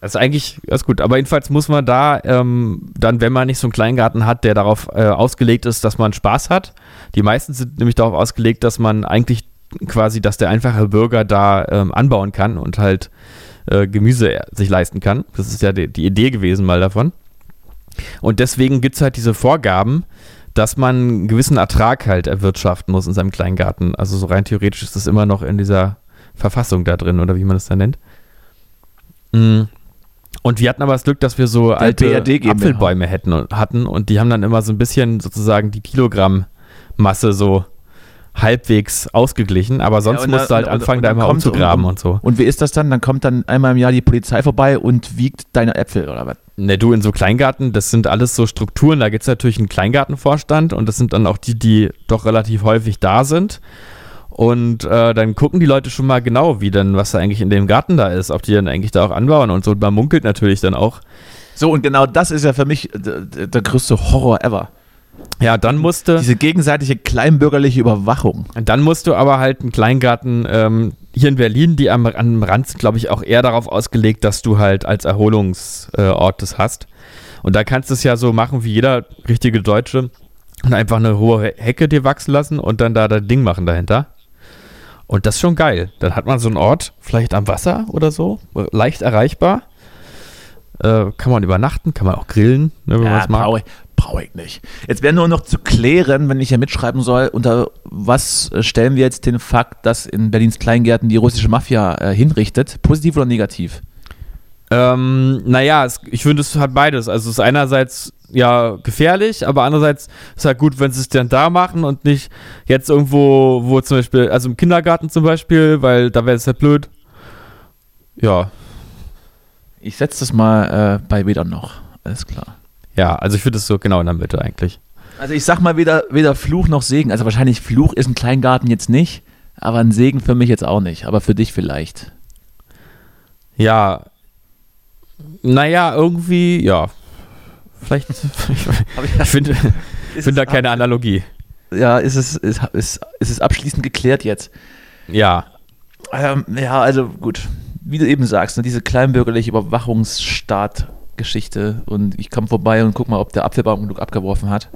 Speaker 4: Das ist eigentlich, das ist gut. Aber jedenfalls muss man da ähm, dann, wenn man nicht so einen Kleingarten hat, der darauf äh, ausgelegt ist, dass man Spaß hat. Die meisten sind nämlich darauf ausgelegt, dass man eigentlich quasi, dass der einfache Bürger da ähm, anbauen kann und halt äh, Gemüse sich leisten kann. Das ist ja die, die Idee gewesen mal davon. Und deswegen gibt es halt diese Vorgaben, dass man einen gewissen Ertrag halt erwirtschaften muss in seinem Kleingarten. Also so rein theoretisch ist das immer noch in dieser Verfassung da drin oder wie man das da nennt. Mm. Und wir hatten aber das Glück, dass wir so alte
Speaker 5: BRD GmbH.
Speaker 4: Apfelbäume hätten, hatten und die haben dann immer so ein bisschen sozusagen die Kilogrammmasse so halbwegs ausgeglichen, aber sonst
Speaker 5: und
Speaker 4: musst
Speaker 5: da-
Speaker 4: du halt
Speaker 5: und-
Speaker 4: anfangen,
Speaker 5: und
Speaker 4: da
Speaker 5: dann
Speaker 4: immer
Speaker 5: kommt- um-
Speaker 4: umzugraben und so.
Speaker 5: Und wie ist das dann? Dann kommt dann einmal im Jahr die Polizei vorbei und wiegt deine Äpfel oder was?
Speaker 4: Ne, du, in so Kleingarten, das sind alles so Strukturen. Da gibt es natürlich einen Kleingartenvorstand und das sind dann auch die, die doch relativ häufig da sind. Und äh, dann gucken die Leute schon mal genau, wie denn, was da eigentlich in dem Garten da ist, ob die dann eigentlich da auch anbauen und so. Und man munkelt natürlich dann auch.
Speaker 5: So, und genau das ist ja für mich d- d- der größte Horror ever.
Speaker 4: Ja, dann musste.
Speaker 5: Diese gegenseitige kleinbürgerliche Überwachung.
Speaker 4: Und Dann musst du aber halt einen Kleingarten ähm, hier in Berlin, die am, am Rand sind, glaube ich, auch eher darauf ausgelegt, dass du halt als Erholungsort äh, Ort das hast. Und da kannst du es ja so machen wie jeder richtige Deutsche und einfach eine hohe He- Hecke dir wachsen lassen und dann da dein Ding machen dahinter. Und das ist schon geil. Dann hat man so einen Ort, vielleicht am Wasser oder so, leicht erreichbar. Äh, kann man übernachten, kann man auch grillen, ne, wenn man es mag.
Speaker 5: brauche ich, brauch ich nicht. Jetzt wäre nur noch zu klären, wenn ich hier mitschreiben soll, unter was äh, stellen wir jetzt den Fakt, dass in Berlins Kleingärten die russische Mafia äh, hinrichtet? Positiv oder negativ?
Speaker 4: Ähm, naja, es, ich finde, es hat beides. Also es ist einerseits ja gefährlich, aber andererseits ist halt gut, wenn sie es dann da machen und nicht jetzt irgendwo, wo zum Beispiel, also im Kindergarten zum Beispiel, weil da wäre es halt blöd. Ja,
Speaker 5: Ich setze das mal äh, bei weder noch. Alles klar.
Speaker 4: ja, also ich finde es so genau in der Mitte eigentlich.
Speaker 5: Also ich sag mal weder, weder Fluch noch Segen. Also wahrscheinlich Fluch ist ein Kleingarten jetzt nicht, aber ein Segen für mich jetzt auch nicht. Aber für dich vielleicht.
Speaker 4: Ja, naja, irgendwie, ja, vielleicht, [LAUGHS] ich, ich
Speaker 5: [LAUGHS]
Speaker 4: finde find da keine Analogie.
Speaker 5: Ja, ist es, ist, ist, ist es abschließend geklärt jetzt.
Speaker 4: Ja,
Speaker 5: Ähm, ja, also gut. Wie du eben sagst, ne, diese kleinbürgerliche Überwachungsstaat-Geschichte und ich komme vorbei und guck mal, ob der Apfelbaum genug abgeworfen hat.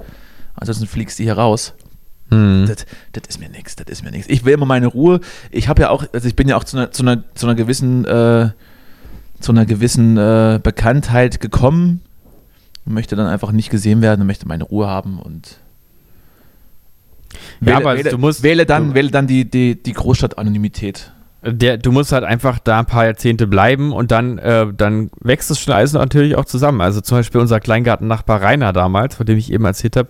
Speaker 5: Ansonsten fliegst du hier raus.
Speaker 4: Hm.
Speaker 5: Das, das ist mir nichts, das ist mir nichts. Ich will immer meine Ruhe. Ich habe ja auch, also ich bin ja auch zu einer, zu einer, zu einer gewissen, äh, zu einer gewissen äh, Bekanntheit gekommen und möchte dann einfach nicht gesehen werden und möchte meine Ruhe haben und
Speaker 4: Ja, aber du musst-
Speaker 5: wähle dann, wähle dann die, die, die Großstadt-Anonymität.
Speaker 4: Der, du musst halt einfach da ein paar Jahrzehnte bleiben und dann, äh, dann wächst es schon alles natürlich auch zusammen. Also zum Beispiel unser Kleingartennachbar Rainer damals, von dem ich eben erzählt habe,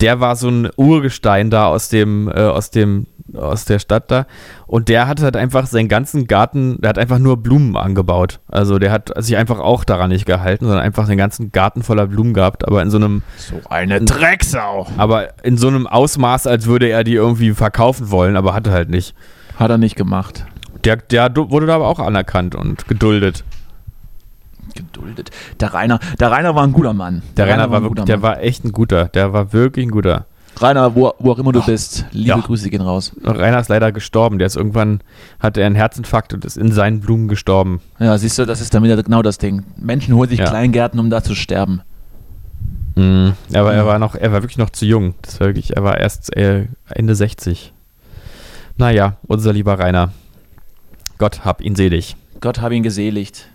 Speaker 4: der war so ein Urgestein da aus dem, äh, aus dem, aus der Stadt da. Und der hat halt einfach seinen ganzen Garten, der hat einfach nur Blumen angebaut. Also der hat sich einfach auch daran nicht gehalten, sondern einfach den ganzen Garten voller Blumen gehabt, aber in so einem,
Speaker 5: So eine Drecksau.
Speaker 4: aber in so einem Ausmaß, als würde er die irgendwie verkaufen wollen, aber hat er halt nicht.
Speaker 5: Hat er nicht gemacht.
Speaker 4: Der, der du- wurde da aber auch anerkannt und geduldet.
Speaker 5: Geduldet. Der Rainer, der Rainer war ein guter Mann.
Speaker 4: Der Rainer war
Speaker 5: ein
Speaker 4: wirklich,
Speaker 5: guter
Speaker 4: der
Speaker 5: Mann.
Speaker 4: war echt ein guter. Der war wirklich ein guter.
Speaker 5: Rainer, wo, wo auch immer du bist, liebe
Speaker 4: Ja.
Speaker 5: Grüße gehen raus.
Speaker 4: Rainer ist leider gestorben. Der ist irgendwann, hatte er einen Herzinfarkt und ist in seinen Blumen gestorben.
Speaker 5: Ja, siehst du, das ist dann wieder genau das Ding. Menschen holen sich
Speaker 4: Ja.
Speaker 5: Kleingärten, um da zu sterben.
Speaker 4: Aber er war noch, er war wirklich noch zu jung. Das war wirklich, er war erst äh, Ende 60. Naja, unser lieber Rainer. Gott hab ihn selig.
Speaker 5: Gott habe ihn geseligt.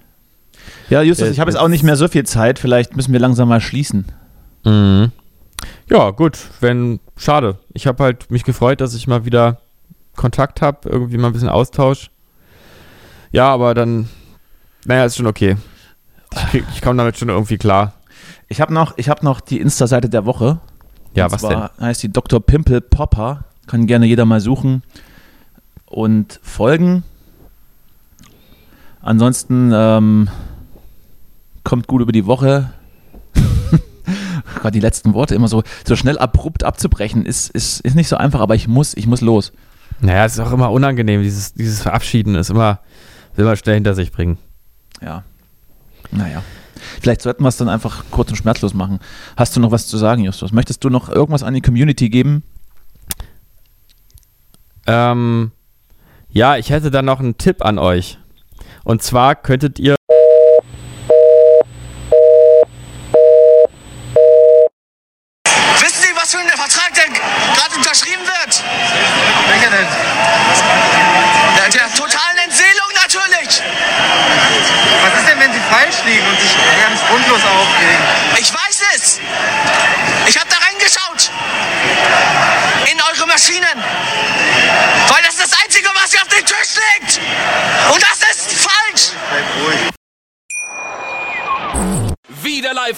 Speaker 5: Ja, Justus,
Speaker 4: Äh,
Speaker 5: ich habe jetzt
Speaker 4: jetzt-
Speaker 5: auch nicht mehr so viel Zeit. Vielleicht müssen wir langsam mal schließen.
Speaker 4: Ja, gut, wenn, schade. Ich habe halt mich gefreut, dass ich mal wieder Kontakt habe, irgendwie mal ein bisschen Austausch. Ja, aber dann, naja, ist schon okay. Ich, krieg- ich komme damit schon irgendwie klar.
Speaker 5: Ich habe noch, ich habe noch die Insta-Seite der Woche.
Speaker 4: Ja,
Speaker 5: Und
Speaker 4: was denn?
Speaker 5: zwar Heißt die Dr. Pimple Popper. Kann gerne jeder mal suchen und folgen. Ansonsten ähm, kommt gut über die Woche. [LAUGHS] Oh Gott, die letzten Worte immer so, so schnell abrupt abzubrechen, ist, ist, ist nicht so einfach, aber ich muss, ich muss los.
Speaker 4: Naja, es ist auch immer unangenehm, dieses, dieses Verabschieden ist immer, will man schnell hinter sich bringen.
Speaker 5: Ja. Naja. Vielleicht sollten wir es dann einfach kurz und schmerzlos machen. Hast du noch was zu sagen, Justus? Möchtest du noch irgendwas an die Community geben?
Speaker 4: Ähm, ja, ich hätte dann noch einen Tipp an euch. Und zwar könntet ihr.
Speaker 6: Wissen Sie, was für ein Vertrag der gerade unterschrieben wird? Welcher denn? Der, der totalen Entseelung natürlich. Was ist denn, wenn Sie falsch liegen und sich ganz grundlos aufregen? Ich weiß es. Ich habe da reingeschaut. In eure Maschinen. Weil das ist das Einzige, was ihr auf den Tisch legt. Und das ist falsch.
Speaker 7: Wieder live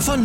Speaker 8: Von